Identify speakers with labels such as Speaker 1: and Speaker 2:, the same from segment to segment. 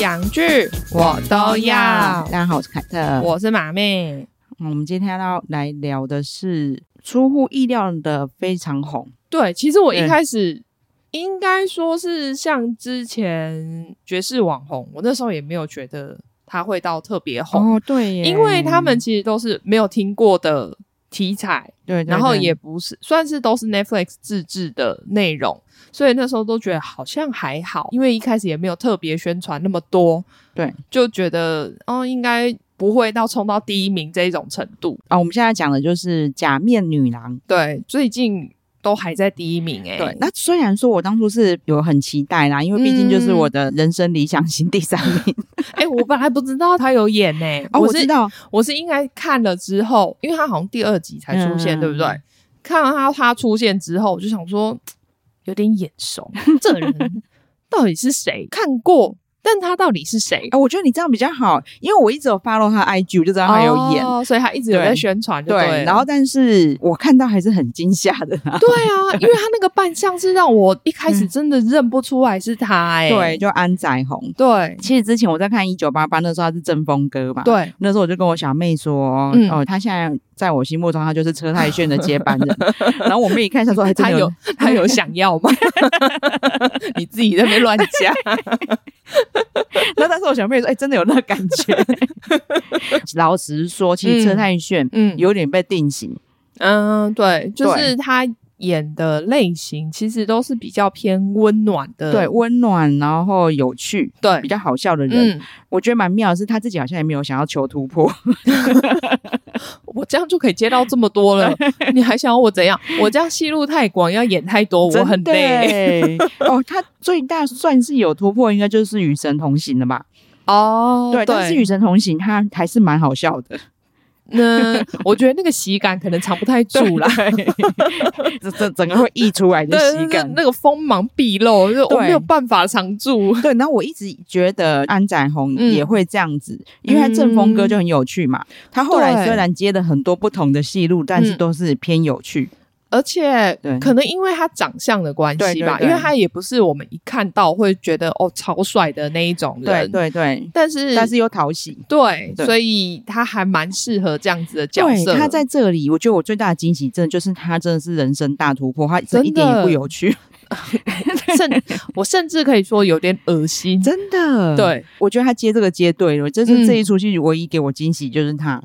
Speaker 1: 洋剧我都要
Speaker 2: 大。家好，我是凯特。
Speaker 1: 我是马妹，
Speaker 2: 嗯我们今天要来聊的是出乎意料的非常红。
Speaker 1: 对，其实我一
Speaker 2: 对
Speaker 1: 开始应该说是像之前爵士网红，我那时候也没有觉得他会到特别红，，
Speaker 2: 哦对耶
Speaker 1: 因为他们其实都是没有听过的题材，
Speaker 2: 对对
Speaker 1: 然后
Speaker 2: 对
Speaker 1: 也不是算是都是 Netflix 自制的内容，所以那时候都觉得好像还好，因为一开始也没有特别宣传那么多，
Speaker 2: 对
Speaker 1: 就觉得哦应该不会到冲到第一名这一种程度。
Speaker 2: 啊、我们现在讲的就是《假面女郎》。
Speaker 1: 对，最近都还在第一名哎、
Speaker 2: 对，那虽然说我当初是有很期待啦，因为毕竟就是我的人生理想型第三 名。
Speaker 1: 哎、我本来不知道他有演呢、
Speaker 2: 哦，我
Speaker 1: 是
Speaker 2: 知道，
Speaker 1: 我是应该看了之后，因为他好像第二集才出现，
Speaker 2: 嗯
Speaker 1: 对不对？看到他他出现之后，我就想说有点眼熟，这 人到底是谁？看过，但他到底是谁
Speaker 2: 哎、？我觉得你这样比较好，因为我一直有 follow 他 IG，我就知道他有演。
Speaker 1: 哦，所以他一直有在
Speaker 2: 对
Speaker 1: 宣传就了
Speaker 2: 对，然后但是我看到还是很惊吓的啦。
Speaker 1: 对啊，因为他那个扮相是让我一开始真的认不出来是他、哎、
Speaker 2: 嗯对，就安宰红。
Speaker 1: 对
Speaker 2: 其实之前我在看《一九八八》，那时候他是正风哥嘛。。
Speaker 1: 对，
Speaker 2: 那时候我就跟我小妹说，
Speaker 1: 嗯
Speaker 2: 哦，他现在在我心目中，他就是车太炫的接班人。然后我妹一看， 她说，还真
Speaker 1: 他
Speaker 2: 的
Speaker 1: 有
Speaker 2: 有，
Speaker 1: 他有想要 吗？你自己在那边乱讲。
Speaker 2: 那但是我小妹说，哎、真的有那个感觉。 老实说，其实车太炫
Speaker 1: 嗯
Speaker 2: 有点被定型，
Speaker 1: 嗯，对，就
Speaker 2: 对
Speaker 1: 是他演的类型其实都是比较偏温暖的，
Speaker 2: 对，温暖，然后有趣，比
Speaker 1: 嗯对，
Speaker 2: 较好笑的人，
Speaker 1: 嗯，
Speaker 2: 我觉得蛮妙的是，他自己好像也没有想要求突破。
Speaker 1: 我这样就可以接到这么多 了，你还想要我怎样？我这样戏路太广，要演太多，我很累
Speaker 2: 累哦。他最大算是有突破，应该就是《与神同行》了吧？
Speaker 1: 哦
Speaker 2: 对，但是《与神同行》他还是蛮好笑的，
Speaker 1: 那我觉得那个喜感可能藏不太住啦。
Speaker 2: 整整整个会溢出来的
Speaker 1: 对，
Speaker 2: 喜
Speaker 1: 那
Speaker 2: 感。
Speaker 1: 那个锋芒毕露，就是我
Speaker 2: 对
Speaker 1: 没有办法藏住。
Speaker 2: 对，然后我一直觉得安宰红
Speaker 1: 嗯
Speaker 2: 也会这样子，因为他正风哥就很有趣嘛。他后来
Speaker 1: 对
Speaker 2: 虽然接了很多不同的戏路，但是
Speaker 1: 嗯
Speaker 2: 都是偏有趣。
Speaker 1: 而且
Speaker 2: 对
Speaker 1: 可能因为他长相的关
Speaker 2: 对
Speaker 1: 系
Speaker 2: 对
Speaker 1: 吧，
Speaker 2: 对
Speaker 1: 因为他也不是我们一看到会觉得哦超帅的那一种
Speaker 2: 对
Speaker 1: 人，
Speaker 2: 对对，
Speaker 1: 但是
Speaker 2: 但是又讨喜。
Speaker 1: 对，
Speaker 2: 对
Speaker 1: 所以他还蛮适合这样子的角色。
Speaker 2: 对，他在这里，我觉得我最大的惊喜，真的就是他真的是人生大突破，他真的一点也不有趣，
Speaker 1: 甚，我甚至可以说有点恶心。
Speaker 2: 真的。，
Speaker 1: 对，
Speaker 2: 我觉得他接这个接对了，这
Speaker 1: 嗯
Speaker 2: 是这一出戏唯一给我惊喜就是他。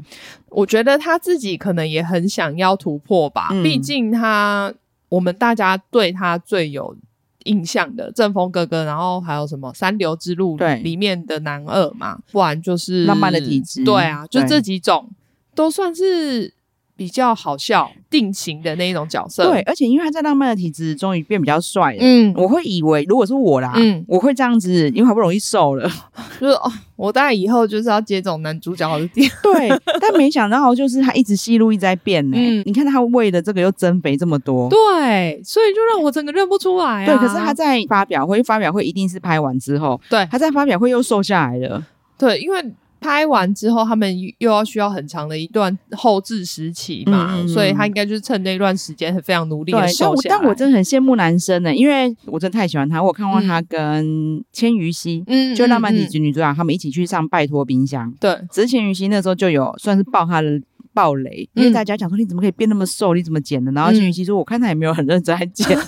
Speaker 1: 我觉得他自己可能也很想要突破吧，
Speaker 2: 嗯
Speaker 1: 毕竟他我们大家对他最有印象的正风哥哥，然后还有什么《三流之路》
Speaker 2: 对
Speaker 1: 里面的男二嘛，不然就是
Speaker 2: 浪漫的体质
Speaker 1: 对啊，就
Speaker 2: 对
Speaker 1: 这几种都算是比较好笑定型的那一种角色。
Speaker 2: 对，，而且因为他在《浪漫的体质》终于变比较帅了。
Speaker 1: 嗯，
Speaker 2: 我会以为，如果是我啦，
Speaker 1: 嗯
Speaker 2: 我会这样子，因为好不容易瘦 了，
Speaker 1: 就是哦，我大概以后就是要接这种男主角的电
Speaker 2: 对，但没想到就是他一直戏路一直在变呢、
Speaker 1: 嗯
Speaker 2: 你看他为了这个又增肥这么多，
Speaker 1: 对，所以就让我整个认不出来、啊。
Speaker 2: 对，可是他在发表会，发表会一定是拍完之后，
Speaker 1: 对
Speaker 2: 他在发表会又瘦下来了。
Speaker 1: 对，因为拍完之后，他们又要需要很长的一段后置时期嘛，
Speaker 2: 嗯嗯嗯
Speaker 1: 所以他应该就是趁那段时间很非常努力的
Speaker 2: 对，但
Speaker 1: 瘦
Speaker 2: 我
Speaker 1: 下来。
Speaker 2: 但我真的很羡慕男生呢、因为我真的太喜欢他，我有看过他跟千虞熙，
Speaker 1: 嗯
Speaker 2: 就浪漫
Speaker 1: 嗯
Speaker 2: 体质女主角，他们一起去上拜托冰箱。
Speaker 1: 嗯
Speaker 2: 只是千虞熙那时候就有算是爆他的爆雷，因为
Speaker 1: 嗯
Speaker 2: 大家讲说你怎么可以变那么瘦，你怎么减的？然后千虞熙说，我看他也没有很认真在减。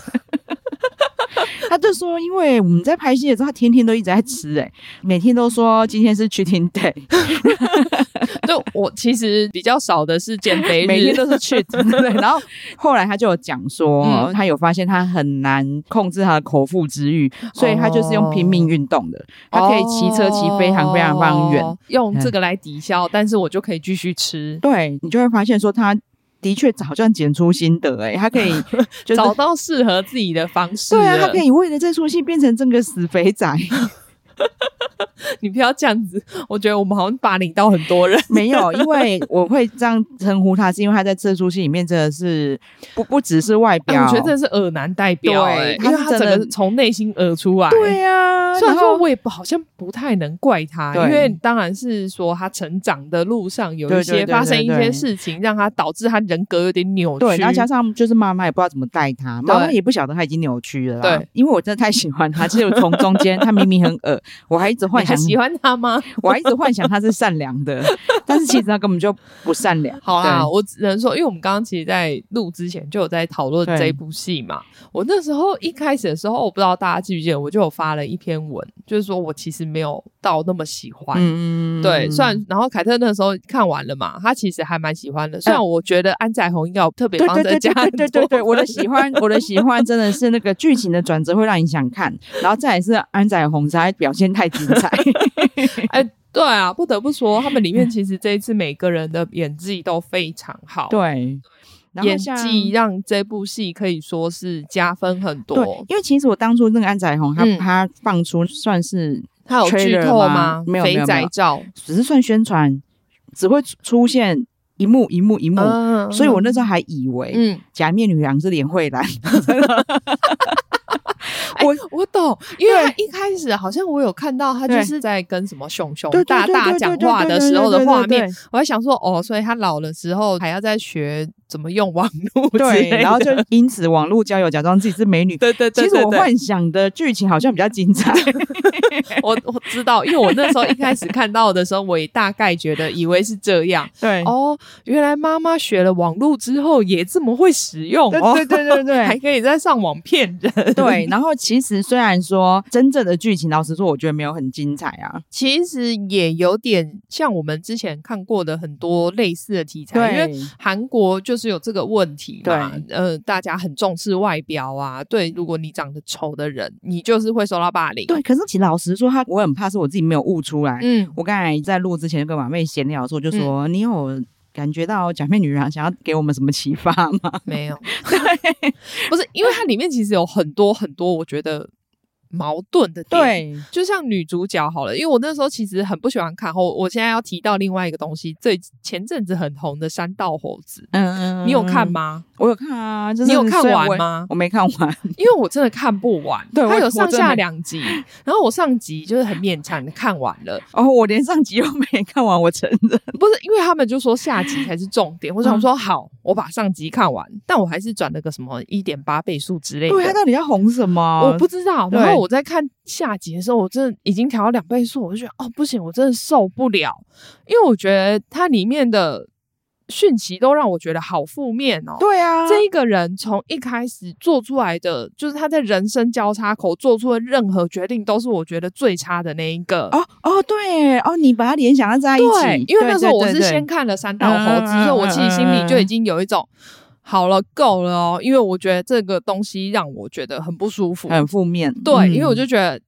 Speaker 2: 他就说，因为我们在拍戏的时候，他天天都一直在吃、欸，每天都说今天是 cheating day，
Speaker 1: 对，就我其实比较少的是减肥
Speaker 2: 每
Speaker 1: 日
Speaker 2: 天，都是 cheat，对。然后后来他就有讲说，
Speaker 1: 嗯
Speaker 2: 他有发现他很难控制他的口腹之欲，所以他就是用拼命运动的，他可以骑车骑非常非常非常远。嗯
Speaker 1: 哦用这个来抵消，但是我就可以继续吃。
Speaker 2: 对你就会发现说他。的确，好像剪出心得哎、欸他 可以 就是
Speaker 1: 找到适合自己的方式了。
Speaker 2: 对啊，他可以为了这出戏变成这个死肥仔，
Speaker 1: 你不要这样子，我觉得我们好像霸凌到很多人。
Speaker 2: 没有，因为我会这样称呼他，是因为他在这出戏里面真的是不不只是外
Speaker 1: 哎
Speaker 2: 表，
Speaker 1: 我觉得这是恶男代表、
Speaker 2: 对
Speaker 1: 哎，因
Speaker 2: 他
Speaker 1: 为
Speaker 2: 是
Speaker 1: 他
Speaker 2: 真
Speaker 1: 整
Speaker 2: 的
Speaker 1: 个从内心恶出来。
Speaker 2: 对啊，
Speaker 1: 虽然
Speaker 2: 后
Speaker 1: 说我也不好像不太能怪他，
Speaker 2: 对
Speaker 1: 因为当然是说他成长的路上有一
Speaker 2: 对
Speaker 1: 些
Speaker 2: 对对
Speaker 1: 发生一
Speaker 2: 对
Speaker 1: 些
Speaker 2: 对
Speaker 1: 事情，让他导致他人格有点扭曲。
Speaker 2: 对，然后加上就是妈妈也不知道怎么带他，妈妈
Speaker 1: 对
Speaker 2: 也不晓得他已经扭曲了啦。
Speaker 1: 对，
Speaker 2: 因为我真的太喜欢他，其实我从中间他明明很恶，我还一直幻想
Speaker 1: 你还，喜欢他吗？
Speaker 2: 我还一直幻想他是善良 的，但是其实他根本就不善良。
Speaker 1: 好啦，
Speaker 2: 对，
Speaker 1: 我只能说，因为我们刚刚其实，在录之前就有在讨论
Speaker 2: 对
Speaker 1: 这一部戏嘛。我那时候一开始的时候，我不知道大家记不记得，我就有发了一篇文，就是说我其实没有到那么喜欢。
Speaker 2: 嗯
Speaker 1: 对，虽然然后凯特那时候看完了嘛，他其实还蛮喜欢的。虽然我觉得安宰红应该有特
Speaker 2: 哎
Speaker 1: 别
Speaker 2: 对
Speaker 1: 帮
Speaker 2: 对
Speaker 1: 着
Speaker 2: 对
Speaker 1: 加
Speaker 2: 对
Speaker 1: 很
Speaker 2: 对
Speaker 1: 多
Speaker 2: 对对对，我的喜欢，我的喜欢真的是那个剧情的转折会让你想看，然后再来是安宰红实在表现太精彩，
Speaker 1: 对啊，不得不说，他们里面其实这一次每个人的演技都非常好，，
Speaker 2: 对，然后
Speaker 1: 演
Speaker 2: 像
Speaker 1: 技让这部戏可以说是加分很
Speaker 2: 对
Speaker 1: 多，。
Speaker 2: 因为其实我当初那个安宰红，他
Speaker 1: 嗯
Speaker 2: 他放出算是
Speaker 1: 他有剧
Speaker 2: trailer
Speaker 1: 透
Speaker 2: 吗没有没有
Speaker 1: 肥
Speaker 2: 没
Speaker 1: 宅
Speaker 2: 有
Speaker 1: 照，
Speaker 2: 只是算宣传，只会出出现一幕一幕一幕，
Speaker 1: 嗯
Speaker 2: 所以我那时候还以为
Speaker 1: 嗯，
Speaker 2: 假面女郎是连慧兰，
Speaker 1: 我
Speaker 2: 我
Speaker 1: 我懂，因为他一开始好像我有看到他就是在跟什么熊熊
Speaker 2: 对对
Speaker 1: 大
Speaker 2: 对
Speaker 1: 大
Speaker 2: 对
Speaker 1: 讲
Speaker 2: 对
Speaker 1: 话
Speaker 2: 对
Speaker 1: 的
Speaker 2: 对
Speaker 1: 时
Speaker 2: 对
Speaker 1: 候的
Speaker 2: 对
Speaker 1: 画
Speaker 2: 对
Speaker 1: 面，我还想说哦，所以他老了之后还要再学怎么用网络之
Speaker 2: 对，
Speaker 1: 类的
Speaker 2: 然后就因此网络交友，假装自己是美女。
Speaker 1: 对 对对，
Speaker 2: 其实
Speaker 1: 对
Speaker 2: 我
Speaker 1: 对
Speaker 2: 幻想的剧情好像比较精 彩，
Speaker 1: 我我知道，因为我那时候一开始看到的时候，我也大概觉得以为是这样。
Speaker 2: 对
Speaker 1: 哦，原来妈妈学了网络之后也这么会使用
Speaker 2: 对
Speaker 1: 哦，
Speaker 2: 对对对对
Speaker 1: 还可以在上网骗人。
Speaker 2: 对， 然后其实虽然说真正的剧情，老实说，我觉得没有很精彩啊。
Speaker 1: 其实也有点像我们之前看过的很多类似的题材，因为。韩国就是有这个问题嘛，呃，大家很重视外表啊。对，如果你长得丑的人，你就是会受到霸凌。，
Speaker 2: 对，可是其实老实说，他我很怕是我自己没有悟出来。
Speaker 1: 嗯，
Speaker 2: 我刚才在录之前跟马妹闲聊的时候，就说、你有感觉到假面女郎想要给我们什么启发吗？
Speaker 1: 没有，不是，因为它里面其实有很多很多，我觉得矛盾的点。，
Speaker 2: 对，
Speaker 1: 就像女主角好了，因为我那时候其实很不喜欢看，后我现在要提到另外一个东西，最前阵子很红的《山道猴子》。
Speaker 2: 嗯
Speaker 1: 你有看？吗？
Speaker 2: 我有看啊，就是
Speaker 1: 你有看
Speaker 2: 虽然
Speaker 1: 完
Speaker 2: 我
Speaker 1: 吗
Speaker 2: 我没看完，
Speaker 1: 因为我真的看不完，
Speaker 2: 对
Speaker 1: 它
Speaker 2: 我
Speaker 1: 有
Speaker 2: 我
Speaker 1: 上
Speaker 2: 真的
Speaker 1: 下
Speaker 2: 没
Speaker 1: 两集，然后我上集就是很勉强的看完了，
Speaker 2: 哦，我连上集都没看完，我承认。
Speaker 1: 不是因为他们就说下集才是重点，我想
Speaker 2: 嗯
Speaker 1: 说好，我把上集看完，但我还是转了个什么一点八倍速之类的，
Speaker 2: 对啊他到底要红什么？
Speaker 1: 我不知道。
Speaker 2: 哦对
Speaker 1: 然后我在看下集的时候，我真的已经调到两倍速，我就觉得哦不行，我真的受不了，因为我觉得它里面的讯息都让我觉得好负面哦。
Speaker 2: 对啊，
Speaker 1: 这一个人从一开始做出来的，就是他在人生交叉口做出的任何决定，都是我觉得最差的那一个。
Speaker 2: 哦哦对哦，你把它联想到在一
Speaker 1: 对
Speaker 2: 起，，
Speaker 1: 因为那时候
Speaker 2: 对
Speaker 1: 我
Speaker 2: 对
Speaker 1: 是
Speaker 2: 对
Speaker 1: 先看了《三道猴子》，
Speaker 2: 嗯嗯嗯
Speaker 1: 所以我其实心里就已经有一种好了，够了哦，因为我觉得这个东西让我觉得很不舒服。
Speaker 2: 很负面，
Speaker 1: 对，
Speaker 2: 嗯
Speaker 1: 因为我就觉得。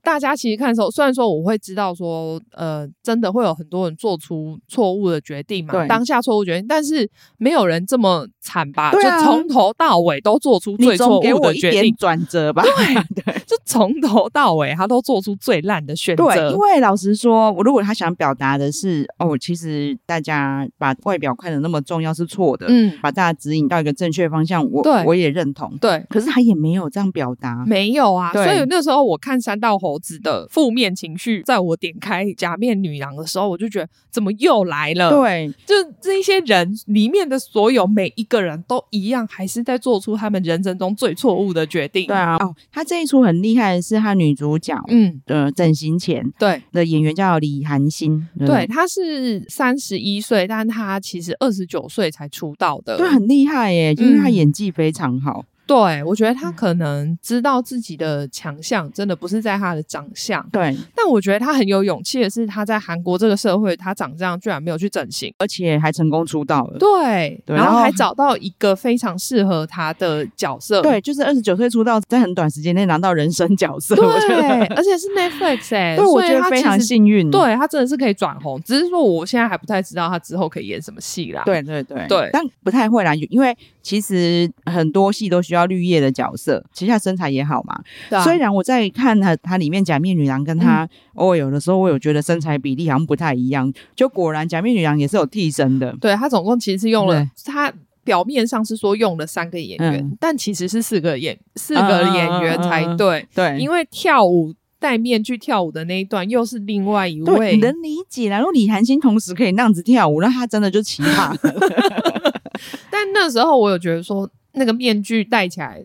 Speaker 1: 大家其实看的时候，虽然说我会知道说，呃，真的会有很多人做出错误的决定嘛，
Speaker 2: 对
Speaker 1: 当下错误决定，但是没有人这么惨吧？
Speaker 2: 对啊
Speaker 1: 就从头到尾都做出
Speaker 2: 你
Speaker 1: 最错
Speaker 2: 总给
Speaker 1: 误
Speaker 2: 我
Speaker 1: 的
Speaker 2: 一
Speaker 1: 决定
Speaker 2: 点，转折吧。对对
Speaker 1: 就从头到尾他都做出最烂的选择。
Speaker 2: 对，因为老实说，我如果他想表达的是，哦，其实大家把外表看得那么重要是错的，
Speaker 1: 嗯，
Speaker 2: 把大家指引到一个正确方向，我
Speaker 1: 对
Speaker 2: 我也认同。
Speaker 1: 对，
Speaker 2: 可是他也没有这样表达，
Speaker 1: 没有啊，
Speaker 2: 对
Speaker 1: 所以那时候我看三道猴子的负面情绪，在我点开假面女郎的时候，我就觉得怎么又来了？，
Speaker 2: 对
Speaker 1: 就这一些人里面的所有每一个人都一样，还是在做出他们人生中最错误的决定。
Speaker 2: 对，啊。哦，他这一出很厉害的是他女主角，
Speaker 1: 嗯，
Speaker 2: 呃，整形前
Speaker 1: 对。
Speaker 2: 的演员叫李韩星，不
Speaker 1: 对，他是三十一岁，但他其实二十九岁才出道的。
Speaker 2: 对，很厉害耶，就是他
Speaker 1: 嗯
Speaker 2: 演技非常好。
Speaker 1: 对我觉得他可能知道自己的强项，真的不是在他的长相，
Speaker 2: 对，
Speaker 1: 但我觉得他很有勇气的是，他在韩国这个社会，他长这样居然没有去整形，
Speaker 2: 而且还成功出道了。
Speaker 1: 对，
Speaker 2: 对
Speaker 1: 然
Speaker 2: 然
Speaker 1: 后
Speaker 2: 后
Speaker 1: 还找到一个非常适合他的角色，
Speaker 2: 对，就是二十九岁出道，在很短时间内拿到人生角色，我觉
Speaker 1: 对，
Speaker 2: 得，
Speaker 1: 而且是 Netflix 哎、
Speaker 2: 对我
Speaker 1: 所以
Speaker 2: 觉得
Speaker 1: 他
Speaker 2: 非
Speaker 1: 其
Speaker 2: 常
Speaker 1: 实
Speaker 2: 幸运。
Speaker 1: 对啊他真的是可以转红，只是说我现在还不太知道他之后可以演什么戏啦。，
Speaker 2: 对对对
Speaker 1: 对
Speaker 2: 但不太会啦，因为其实很多戏都需要绿叶的角色，其实他身材也好嘛。
Speaker 1: 对啊、嗯
Speaker 2: 虽然我在看他他里面假面女郎跟他 O 有的时候，我有觉得身材比例好像不太一样，就果然假面女郎也是有替身的。
Speaker 1: 对他总共其实是用了
Speaker 2: 对
Speaker 1: 他。表面上是说用了三个演员，
Speaker 2: 嗯
Speaker 1: 但其实是四个演四个演员才
Speaker 2: 嗯嗯嗯嗯
Speaker 1: 对，
Speaker 2: 对，
Speaker 1: 因
Speaker 2: 为
Speaker 1: 为跳舞戴面具跳舞的那一段又是另外一
Speaker 2: 对，
Speaker 1: 位
Speaker 2: 你能理解啦。如果李韩星同时可以那样子跳舞，那他真的就奇 葩了。
Speaker 1: 但那时候我有觉得说，那个面具戴起来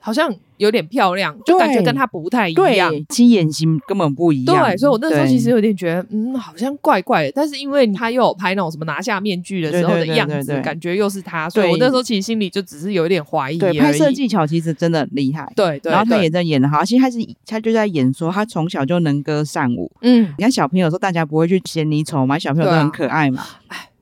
Speaker 1: 好像有点漂亮，就感觉跟她不太一样，
Speaker 2: 鸡眼型根本不一样。
Speaker 1: 对，所以我那时候其实有点觉得，嗯，好像怪怪的。但是因为她又有拍那种什么拿下面具的时候的样子，
Speaker 2: 对对对
Speaker 1: 感觉又是她，所以我那时候其实心里就只是有一点怀疑。
Speaker 2: 对，拍摄技巧其实真的很厉害。
Speaker 1: 对，对
Speaker 2: 然后她也在演的好，其实她是她就在演说，她从小就能歌善舞。
Speaker 1: 嗯，
Speaker 2: 你看小朋友说大家不会去嫌你丑嘛，小朋友
Speaker 1: 啊
Speaker 2: 都很可爱嘛。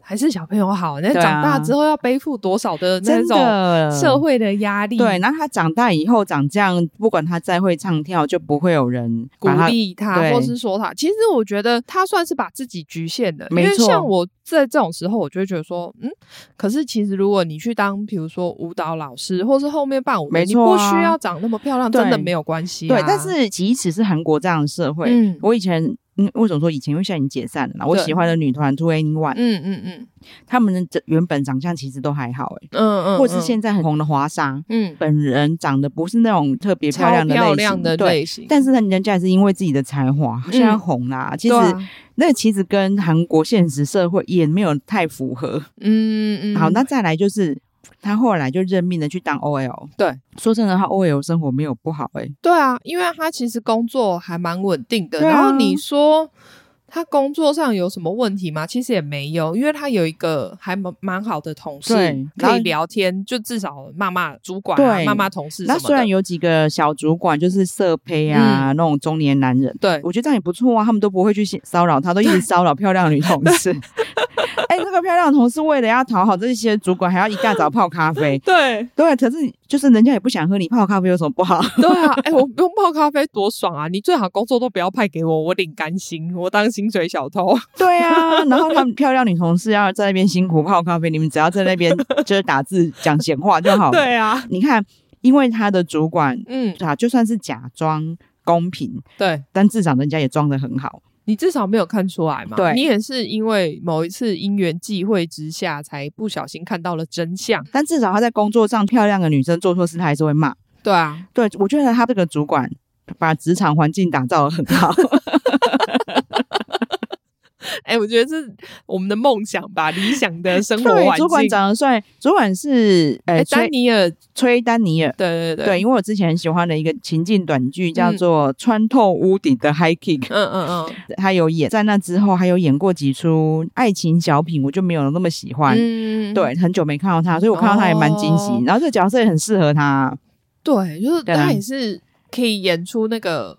Speaker 1: 还是小朋友好，那
Speaker 2: 啊
Speaker 1: 长大之后要背负多少的那种社会的压力？
Speaker 2: 对，然后他长大以后长这样，不管他再会唱跳，就不会有人
Speaker 1: 鼓励他，或是说他。其实我觉得他算是把自己局限了，因为像我在这种时候，我就会觉得说，嗯，可是其实如果你去当，比如说舞蹈老师，或是后面伴舞，
Speaker 2: 没
Speaker 1: 错、啊，你不需要长那么漂亮，真的没有关系、啊。
Speaker 2: 对，但是即使是韩国这样的社会，嗯、我以前。嗯，为什么说以前因为现在已经解散了啦？我喜欢的女团 Two N One，
Speaker 1: 嗯嗯嗯，
Speaker 2: 他们的原本长相其实都还好哎、欸，
Speaker 1: 嗯嗯，
Speaker 2: 或是现在很红的华莎，
Speaker 1: 嗯，
Speaker 2: 本人长得不是那种特别漂亮的类型，
Speaker 1: 漂亮的类型，
Speaker 2: 但是呢，人家也是因为自己的才华、嗯、现在红啦。其实、啊、那其实跟韩国现实社会也没有太符合，
Speaker 1: 嗯嗯。
Speaker 2: 好，那再来就是他后来就认命的去当 OL，
Speaker 1: 对。
Speaker 2: 说真的，他 OL 生活没有不好哎、欸。
Speaker 1: 对啊，因为他其实工作还蛮稳定的。啊、然后你说他工作上有什么问题吗？其实也没有，因为他有一个还蛮蛮好的同事，可以聊天，就至少骂骂主管、啊、骂骂同事。
Speaker 2: 那虽然有几个小主管就是色胚啊、嗯、那种中年男人，
Speaker 1: 对
Speaker 2: 我觉得这样也不错啊，他们都不会去骚扰他，都一直骚扰漂亮女同事。 哎欸，这个漂亮同事为了要讨好这些主管，还要一大早泡咖啡。
Speaker 1: 对
Speaker 2: 对，可是就是人家也。不想喝你泡咖啡有什么不好？
Speaker 1: 对啊，哎、欸，我不用泡咖啡多爽啊！你最好工作都不要派给我，我领干薪，我当薪水小偷。
Speaker 2: 对啊，然后他们漂亮女同事要在那边辛苦泡咖啡，你们只要在那 边就是打字讲闲话就好了。
Speaker 1: 对啊，
Speaker 2: 你看，因为他的主管，
Speaker 1: 嗯
Speaker 2: 啊，就算是假装公平，
Speaker 1: 对，
Speaker 2: 但至少人家也装的很好。
Speaker 1: 你至少没有看出来嘛？
Speaker 2: 对，
Speaker 1: 你也是因为某一次因缘际会之下，才不小心看到了真相。
Speaker 2: 但至少她在工作上，漂亮的女生做错事，她还是会骂。
Speaker 1: 对啊，
Speaker 2: 对，我觉得她这个主管把职场环境打造的很 好。
Speaker 1: 哎欸，我觉得是我们的梦想吧，理想的生活环境。
Speaker 2: 主管长得帅，主管是哎、欸、
Speaker 1: 丹尼尔，
Speaker 2: 崔丹尼尔。
Speaker 1: 对对
Speaker 2: 对，对，因为我之前很喜欢的一个情境短剧叫做《穿透屋顶的 High Kick》，
Speaker 1: 嗯嗯
Speaker 2: 嗯，他有演，在那之后还有演过几出爱情小品，我就没有那么喜欢。
Speaker 1: 嗯，
Speaker 2: 对，很久没看到他，所以我看到他也蛮惊喜。哦、然后这个角色也很适合他，
Speaker 1: 对，就是
Speaker 2: 啊
Speaker 1: 他也是可以演出那个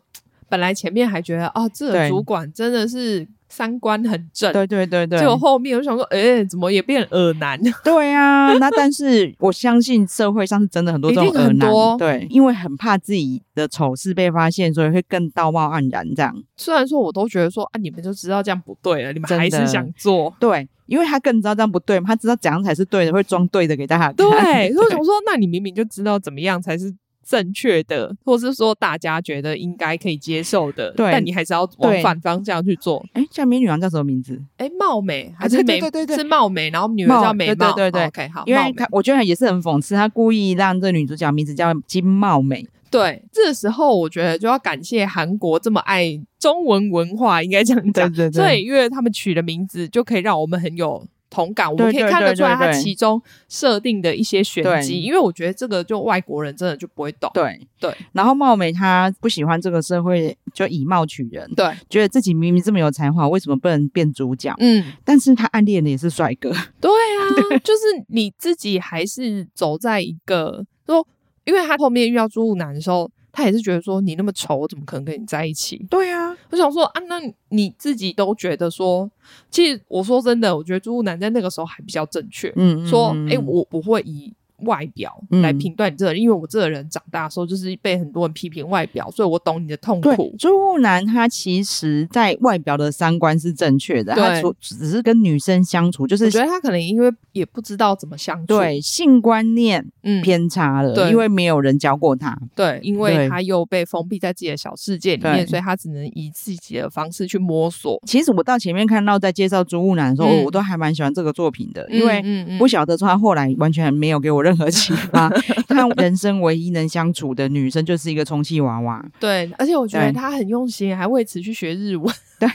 Speaker 1: 本来前面还觉得哦，这个主管真的是。三观很正，
Speaker 2: 对对对对，
Speaker 1: 就后面我想说，哎、欸，怎么也变耳男？
Speaker 2: 对啊，那但是我相信社会上是真的很多这种耳男，对，因为很怕自己的丑事被发现，所以会更道貌岸然这样。
Speaker 1: 虽然说我都觉得说啊，你们就知道这样不对了，你们还是想做，
Speaker 2: 对，因为他更知道这样不对嘛，他知道怎样才是对的，会装对的给大家 看。
Speaker 1: 对，所以我想说，那你明明就知道怎么样才是。正确的，或是说大家觉得应该可以接受的，
Speaker 2: 对，
Speaker 1: 但你还是要往反方向去做。
Speaker 2: 哎，下面女王叫什么名字？
Speaker 1: 哎，貌美还是美？
Speaker 2: 对对对，
Speaker 1: 是貌美，然后女儿叫美貌。哦
Speaker 2: 对对对
Speaker 1: ，OK，好。
Speaker 2: 因为她我觉得也是很讽刺，她故意让这女主角名字叫金貌美。
Speaker 1: 对，这时候我觉得就要感谢韩国这么爱中文文化，应该这样讲。
Speaker 2: 对对对，
Speaker 1: 所以因为他们取的名字就可以让我们很有。同感，我们可以看得出来它其中设定的一些玄机，因为我觉得这个就外国人真的就不会懂。
Speaker 2: 对
Speaker 1: 对，对
Speaker 2: 然后貌美她不喜欢这个社会就以貌取人，
Speaker 1: 对，
Speaker 2: 觉得自己明明这么有才华，为什么不能变主角？
Speaker 1: 嗯，
Speaker 2: 但是她暗恋的也是帅哥。
Speaker 1: 对啊， 对就是你自己还是走在一个，说，因为她后面遇到朱武南的时候。他也是觉得说你那么丑，我怎么可能跟你在一起？
Speaker 2: 对啊，
Speaker 1: 我想说啊，那你自己都觉得说，其实我说真的，我觉得朱南在那个时候还比较正确，
Speaker 2: 嗯,嗯,嗯，
Speaker 1: 说哎、欸，我不会以外表来评断你这个人，嗯、因为我这个人长大的时候就是被很多人批评外表，所以我懂你的痛苦。
Speaker 2: 朱南他其实在外表的三观是正确的，他除只是跟女生相处，就是
Speaker 1: 我觉得他可能因为也不知道怎么相处，
Speaker 2: 对性观念
Speaker 1: 嗯
Speaker 2: 偏差了，
Speaker 1: 对
Speaker 2: 因为没有人教过他，
Speaker 1: 对，因为。他又被封闭在自己的小世界里面，所以他只能以自己的方式去摸索。
Speaker 2: 其实我到前面看到在哦
Speaker 1: 嗯
Speaker 2: 嗯介绍《朱雾男》的时候，嗯、我都还蛮喜欢这个作品的，因为不晓得说他后来完全没有给我任任何启 发。看人生唯一能相处的女生就是一个充气娃娃，
Speaker 1: 对，而且我觉得
Speaker 2: 对
Speaker 1: 他很用心，还为此去学日文，
Speaker 2: 对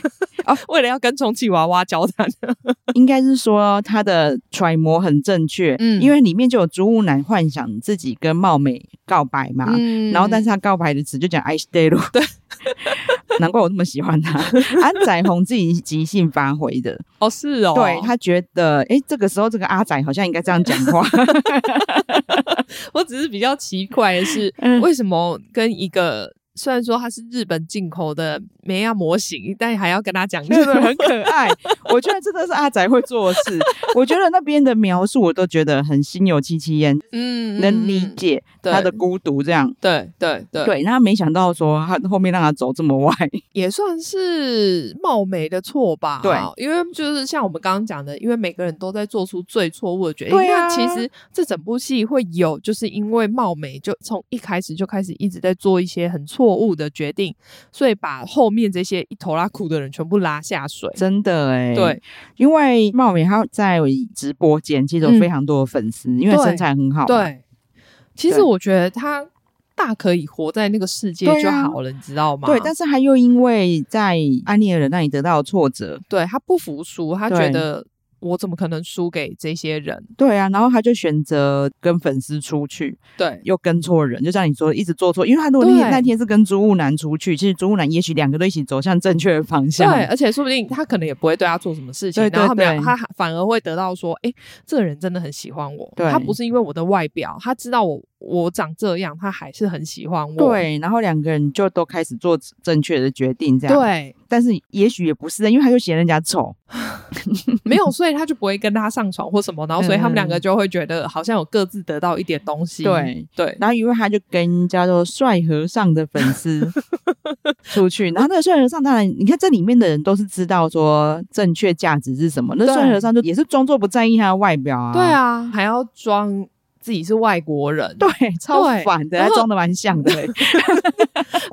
Speaker 1: 啊，为了要跟充气娃娃 交谈，
Speaker 2: 应该是说她的揣摩很正确，
Speaker 1: 嗯
Speaker 2: 因为里面就有植物男幻想自己跟貌美告白嘛，
Speaker 1: 嗯
Speaker 2: 啊然后，但是他告白的词就讲 I stay 路，对， 难怪我那么喜欢他。安宰红自己即兴发挥的，
Speaker 1: 哦是 哦，
Speaker 2: 对他觉得，哎，这个时候这个阿仔好像应该这样讲话，
Speaker 1: 我只是比较奇怪的是，
Speaker 2: 嗯
Speaker 1: 为什么跟一个虽然说它是日本进口的美亚模型，但还要跟他 讲日
Speaker 2: 对对，
Speaker 1: 文？
Speaker 2: 很可 爱。我觉得真的是阿仔会做的事。我觉得那边的描述我都觉得很心有戚戚焉，
Speaker 1: 嗯
Speaker 2: 能理
Speaker 1: 嗯
Speaker 2: 解
Speaker 1: 对
Speaker 2: 他的孤独这样。
Speaker 1: 对对对，
Speaker 2: 对，那没想到说他后面让他走这么 歪，
Speaker 1: 也算是貌美的错吧。
Speaker 2: 对，
Speaker 1: 因为就是像我们刚刚讲的，因为每个人都在做出最错误的决定。
Speaker 2: 对啊
Speaker 1: 那其实这整部戏会有，就是因为貌美就从一开始就开始一直在做一些很错误的决定，所以把后面这些一头拉苦的人全部拉下水。
Speaker 2: 真的 哎、
Speaker 1: 对，
Speaker 2: 因为貌美她在直播间其实有
Speaker 1: 嗯
Speaker 2: 非常多的粉丝，因为
Speaker 1: 对
Speaker 2: 身材很好嘛，哎
Speaker 1: 对，其实
Speaker 2: 对
Speaker 1: 我觉得他大可以活在那个世界
Speaker 2: 对
Speaker 1: 就
Speaker 2: 啊
Speaker 1: 好了，你知道吗？
Speaker 2: 对，但是他又因为在安妮尔人那里得到挫折，
Speaker 1: 对他不服输，他觉
Speaker 2: 对
Speaker 1: 得我怎么可能输给这些人？
Speaker 2: 对啊，然后他就选择跟粉丝出去，
Speaker 1: 对，
Speaker 2: 又跟错人，就像你说，一直做错。因为他如果那
Speaker 1: 对
Speaker 2: 天那天是跟租屋男出去，其实租屋男也许两个都一起走向正确的方向。
Speaker 1: 对，而且说不定他可能也不会对他做什么事情，
Speaker 2: 对
Speaker 1: 然后他
Speaker 2: 对
Speaker 1: 们俩
Speaker 2: 对
Speaker 1: 他还反而会得到说，哎、这个人真的很喜欢我，
Speaker 2: 对
Speaker 1: 他不是因为我的外表，他知道我我长这样，他还是很喜欢我。
Speaker 2: 对然后两个人就都开始做正确的决定，这样。，
Speaker 1: 对，
Speaker 2: 但是也许也不是，因为他就嫌人家丑，
Speaker 1: 没有，所以他就不会跟他上床或什么，然后所以他们两个
Speaker 2: 嗯
Speaker 1: 就会觉得好像有各自得到一点东西。
Speaker 2: 对
Speaker 1: 对，
Speaker 2: 然后因为他就跟叫做帅和尚的粉 丝出去，然后那个帅和尚当然，你看这里面的人都是知道说正确价值是什么，那
Speaker 1: 对
Speaker 2: 帅和尚就也是装作不在意他的外表啊，
Speaker 1: 对，啊，还要装自己是外国人，
Speaker 2: 对，超
Speaker 1: 对
Speaker 2: 反的，
Speaker 1: 然
Speaker 2: 还
Speaker 1: 后
Speaker 2: 装的蛮像 的，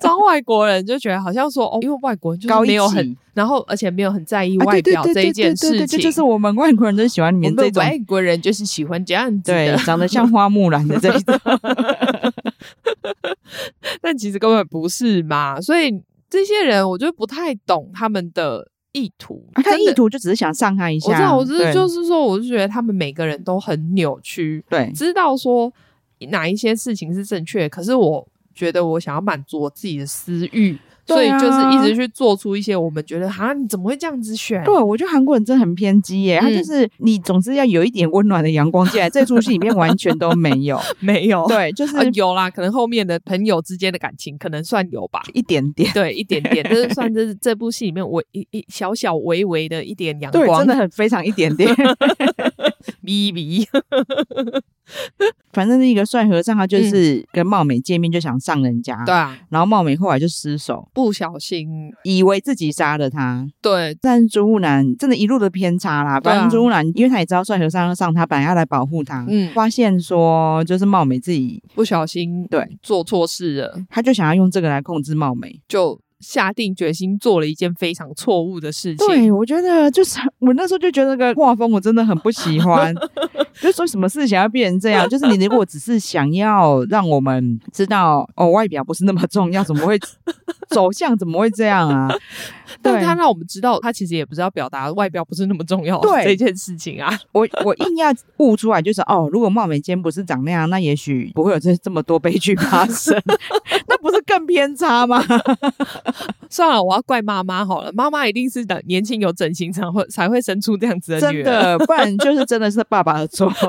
Speaker 1: 装外国人就觉得好像说哦，因为外国人就是
Speaker 2: 高一
Speaker 1: 没有很
Speaker 2: 级，
Speaker 1: 然后而且没有很在意
Speaker 2: 啊
Speaker 1: 外
Speaker 2: 对对
Speaker 1: 表
Speaker 2: 对
Speaker 1: 这
Speaker 2: 对
Speaker 1: 一件
Speaker 2: 对对
Speaker 1: 事
Speaker 2: 对
Speaker 1: 情。
Speaker 2: 这就是我们外国人都喜欢你
Speaker 1: 我
Speaker 2: 们这
Speaker 1: 们
Speaker 2: 种。
Speaker 1: 外国人就是喜欢这样子
Speaker 2: 对
Speaker 1: 的，，
Speaker 2: 长得像花木兰的这一
Speaker 1: 啊
Speaker 2: 种，
Speaker 1: 但其实根本不是嘛。所以这些人我就不太懂他们的意图。
Speaker 2: 啊看
Speaker 1: 真的
Speaker 2: 意，图就只是想伤害一下。
Speaker 1: 我知道，我只是
Speaker 2: 对
Speaker 1: 就是说，我就觉得他们每个人都很扭曲，
Speaker 2: 对
Speaker 1: 知道说哪一些事情是正确，可是我觉得我想要满足我自己的私欲，所以
Speaker 2: 对啊
Speaker 1: 就是一直去做出一些我们觉得啊，你怎么会这样子选？
Speaker 2: 对，我觉得韩国人真的很偏激耶，他
Speaker 1: 嗯
Speaker 2: 就是你总是要有一点温暖的阳光进来，这出戏里面完全都没 有。
Speaker 1: 没有，
Speaker 2: 对，就是
Speaker 1: 哦啊有啦，可能后面的朋友之间的感情可能算有吧。
Speaker 2: 一点 点。
Speaker 1: 对，一点点，这是算这是这部戏里面微一一小小微微的一点阳
Speaker 2: 对，
Speaker 1: 光，
Speaker 2: 真的很 非常一点 点。
Speaker 1: 咪咪。
Speaker 2: 反正那个帅和尚，他就是跟貌美见面就想上人家，
Speaker 1: 嗯对啊，
Speaker 2: 然后貌美后来就失手，
Speaker 1: 不小心，
Speaker 2: 以为自己杀了他。
Speaker 1: 对
Speaker 2: 但是朱木兰真的一路的偏差啦，
Speaker 1: 对啊
Speaker 2: 反正朱木兰因为他也知道帅和尚要上他，本来要来保护他，
Speaker 1: 嗯
Speaker 2: 发现说就是貌美自己，
Speaker 1: 不小心
Speaker 2: 对
Speaker 1: 做错事了，
Speaker 2: 他就想要用这个来控制貌美。
Speaker 1: 就下定决心做了一件非常错误的事情。
Speaker 2: 对，我觉得就是我那时候就觉得那个画风我真的很不喜 欢，就说什么事情要变成这样，就是你如果只是想要让我们知道哦，外表不是那么重要，怎么会走向怎么会这样 啊？
Speaker 1: 但
Speaker 2: 对，
Speaker 1: 他让我们知道，他其实也不是要表达外表不是那么重要
Speaker 2: 对
Speaker 1: 这件事情啊。
Speaker 2: 我我硬要悟出来，就是哦，如果貌美间不是长那样，那也许不会有这这么多悲剧发生， 那不是更偏差吗？
Speaker 1: 算了，我要怪妈妈好了，妈妈一定是等年轻有整形才会才会生出这样子的女
Speaker 2: 真
Speaker 1: 儿。
Speaker 2: 的，不然就是真的是爸爸的错。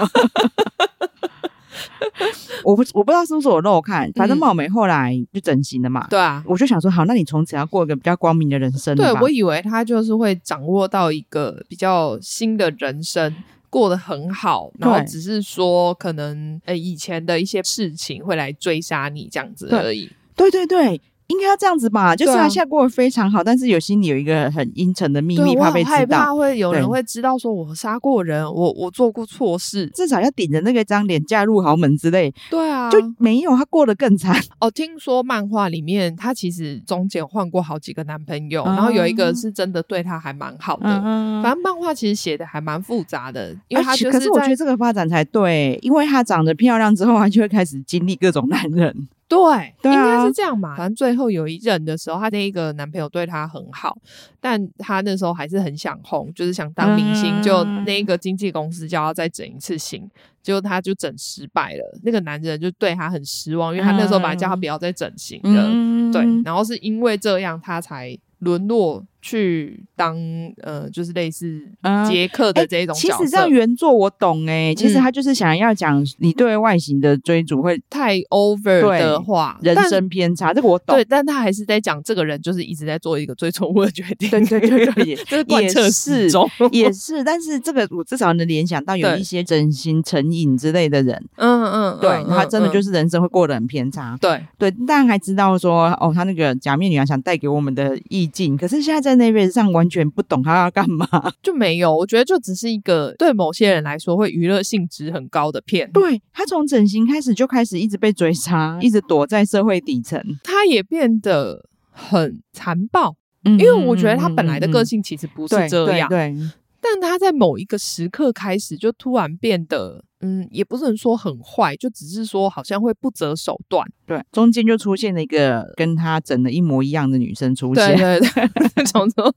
Speaker 2: 我不我不知道是不是我漏看，反正
Speaker 1: 嗯
Speaker 2: 貌美后来就整形了嘛。
Speaker 1: 对啊，
Speaker 2: 我就想说，好，那你从此要过一个比较光明的人生
Speaker 1: 对
Speaker 2: 了吧
Speaker 1: 我以为他就是会掌握到一个比较新的人生，过得很好，然后
Speaker 2: 对
Speaker 1: 只是说可能呃以前的一些事情会来追杀你这样子
Speaker 2: 对
Speaker 1: 而已。
Speaker 2: 对对对，应该要这样子吧。就是
Speaker 1: 对啊
Speaker 2: 他现在过得非常好，但是有心里有一个很阴沉的秘
Speaker 1: 对
Speaker 2: 密，
Speaker 1: 我
Speaker 2: 怕
Speaker 1: 很
Speaker 2: 被
Speaker 1: 害
Speaker 2: 知
Speaker 1: 怕
Speaker 2: 道。
Speaker 1: 会有人
Speaker 2: 对
Speaker 1: 会知道说我杀过人，我我做过错事。
Speaker 2: 至少要顶着那个张脸嫁入豪门之类，
Speaker 1: 对啊，啊，
Speaker 2: 就没有，她过得更惨。
Speaker 1: 哦，听说漫画里面她其实中间换过好几个男朋友，然后有一个是真的对她还蛮好的。
Speaker 2: 哦嗯
Speaker 1: 反正漫画其实写的还蛮复杂的，因为她
Speaker 2: 而且
Speaker 1: 就
Speaker 2: 可
Speaker 1: 是
Speaker 2: 是我觉
Speaker 1: 在
Speaker 2: 得这个发展才对，因为她长得漂亮之后，她就会开始经历各种男人。
Speaker 1: 对，
Speaker 2: 对
Speaker 1: 应该
Speaker 2: 啊
Speaker 1: 是这样嘛。反正最后有一任的时候，她那一个男朋友对她很好，但她那时候还是很想红，就是想当明星。
Speaker 2: 嗯
Speaker 1: 就那个经纪公司叫她再整一次型，结果她就整失败了。那个男人就对她很失望，因为他那时候本来叫她不要再整形了，
Speaker 2: 嗯，
Speaker 1: 对，然后是因为这样，她才沦落去当呃，就是类似
Speaker 2: 嗯
Speaker 1: 杰克的这一种
Speaker 2: 其
Speaker 1: 角
Speaker 2: 实这
Speaker 1: 色。
Speaker 2: 样原作我懂哎、其实
Speaker 1: 嗯
Speaker 2: 他就是想要讲你对外形的追逐会
Speaker 1: 太 over
Speaker 2: 对
Speaker 1: 的话，
Speaker 2: 人
Speaker 1: 但
Speaker 2: 生偏差，这个我懂
Speaker 1: 对，。但他还是在讲这个人就是一直在做一个最错误的决定，
Speaker 2: 对对对 对，也
Speaker 1: 就是贯彻始终，
Speaker 2: 也是，但是这个我至少能联想到有
Speaker 1: 对
Speaker 2: 一些整形成瘾之类的人，
Speaker 1: 嗯嗯，
Speaker 2: 对
Speaker 1: 嗯
Speaker 2: 他真的
Speaker 1: 嗯
Speaker 2: 就是人生会过得很偏差。
Speaker 1: 对，
Speaker 2: 对，但还知道说哦，他那个假面女孩想带给我们的意境，可是现在在那边上完全不懂他要干 嘛。
Speaker 1: 就没有，我觉得就只是一个对某些人来说会娱乐性质很高的片，
Speaker 2: 对他从整形开始就开始一直被追杀，一直躲在社会底层。
Speaker 1: 他也变得很残暴，
Speaker 2: 因
Speaker 1: 因为我觉
Speaker 2: 嗯
Speaker 1: 得他本来的个
Speaker 2: 性
Speaker 1: 性其实不是这样，
Speaker 2: 对对
Speaker 1: 但他在某一个时刻开始就突然变得。嗯，也不是说很坏，就只是说好像会不择手段。
Speaker 2: 对，中间就出现了一个跟他整的一模一样的女生出
Speaker 1: 对
Speaker 2: 现，
Speaker 1: 对对， 那种 说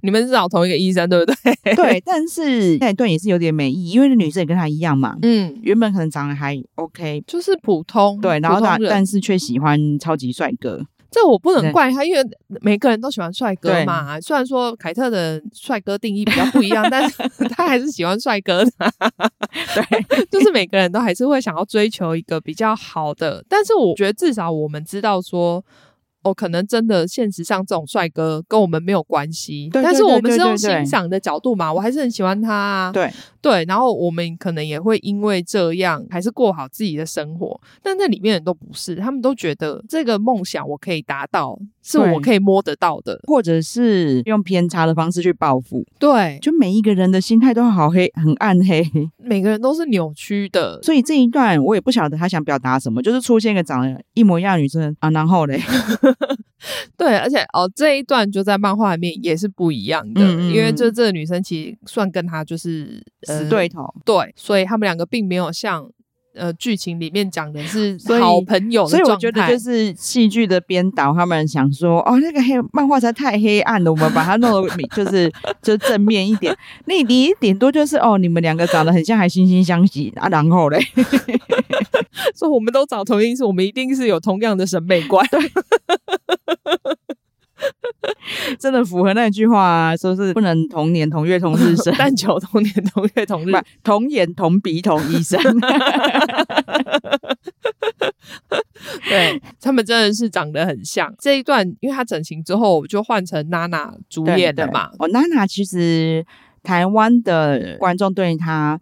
Speaker 1: 你们是找同一个医生，对不对？
Speaker 2: 对但是那一段也是有点没意义，因为那女生也跟他一样嘛，
Speaker 1: 嗯，
Speaker 2: 原本可能长得还 OK，
Speaker 1: 就是普通，
Speaker 2: 对，然后
Speaker 1: 嗯普通
Speaker 2: 但
Speaker 1: 人
Speaker 2: 但是却喜欢超级帅哥，
Speaker 1: 这我不能
Speaker 2: 对
Speaker 1: 怪他，因为每个人都喜欢帅哥嘛。虽然说凯特的帅哥定义比较不一样，但 是他还是喜欢帅哥的。对，就是每个人都还是会想要追求一个比较好的，但是我觉得至少我们知道说。哦，可能真的现实上这种帅哥跟我们没有关系，
Speaker 2: 对对
Speaker 1: 但是我们
Speaker 2: 对
Speaker 1: 是
Speaker 2: 对
Speaker 1: 用
Speaker 2: 对对
Speaker 1: 欣赏的角度嘛，我还是很喜欢他啊。
Speaker 2: 对
Speaker 1: 对，然后我们可能也会因为这样，还是过好自己的生活。但那里面人都不是，他们都觉得这个梦想我可以达到，是
Speaker 2: 对
Speaker 1: 我可以摸得到的。
Speaker 2: 或者是用偏差的方式去报复，
Speaker 1: 对，
Speaker 2: 就每一个人的心态都好黑，很暗黑。
Speaker 1: 每个人都是扭曲的。
Speaker 2: 所以这一段我也不晓得他想表达什么，就是出现一个长得一模一样的女生啊，然后嘞，
Speaker 1: 对，而且哦，这一段就在漫画里面也是不一样的，
Speaker 2: 嗯嗯嗯
Speaker 1: 因为就这个女生其实算跟他就是、呃、
Speaker 2: 死对头，
Speaker 1: 对，所以他们两个并没有像呃剧情里面讲的是
Speaker 2: 所以
Speaker 1: 好朋友的
Speaker 2: 所以
Speaker 1: 哦状态。
Speaker 2: 我觉得就是戏剧的编导他们想说，哦，那个黑漫画实在太黑暗了，我们把它弄得 就是就正面一点。那你顶多就是哦，你们两个长得很像，还惺惺相惜啊，然后嘞，
Speaker 1: 所以我们都找同一是，我们一定是有同样的审美观。，
Speaker 2: 真的符合那句话、啊，说是不能同年同月同日生
Speaker 1: 但求同年同月同 日
Speaker 2: 不，同眼同鼻同医生。
Speaker 1: 对他们真的是长得很像。这一段，因为他整形之后就换成娜娜主演的嘛
Speaker 2: 对，对哦，娜娜其实台湾的观众对她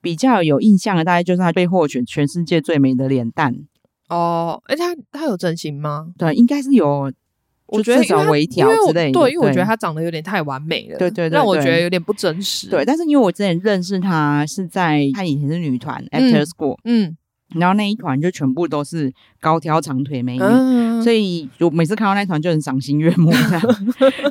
Speaker 2: 比较有印象的，大概就是她被获选全世界最美的脸蛋。
Speaker 1: 哦，而且他他有整形吗？
Speaker 2: 对，应该是有，
Speaker 1: 我觉得
Speaker 2: 至少
Speaker 1: 因为他
Speaker 2: 微调
Speaker 1: 因为我
Speaker 2: 之类的。
Speaker 1: 对，因为我觉得他长得有点太完美了，
Speaker 2: 对对对
Speaker 1: 让我
Speaker 2: 对
Speaker 1: 觉得有点不真实。
Speaker 2: 对，，但是因为我之前认识他是在他以前是女团 After School，、
Speaker 1: 嗯
Speaker 2: 然后那一团就全部都是高挑长腿美女。
Speaker 1: 嗯，
Speaker 2: 所以我每次看到那一团就很赏心悦目这样，